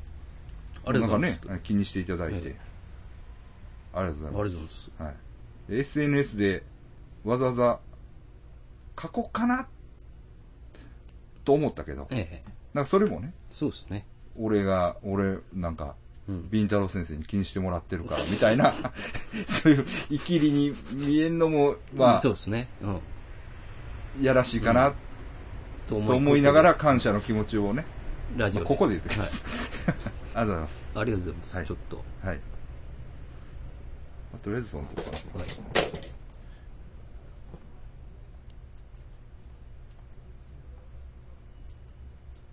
うございます。
なんかね、気にしていただいて。
ええ
ありがとうございます。
ありがとうございます
はいで SNS でわざわざ過去かなと思ったけど、
ええ。
なんかそれもね、
そうですね。
俺が、俺なんか、
うん。
ビンタロウ先生に気にしてもらってるから、みたいな、 そういう、イきりに見えんのも、まあ
そ、うですね。うん。
やらしいかな、
と
と思いなが、ら感謝の気持ちをね、
ラジオ。
まあここで言ってきます。 ありがとうございます。
ありがとうございま
は
す。
い
ちょっと。
はい。まあとりあえずそのとこかな。
はい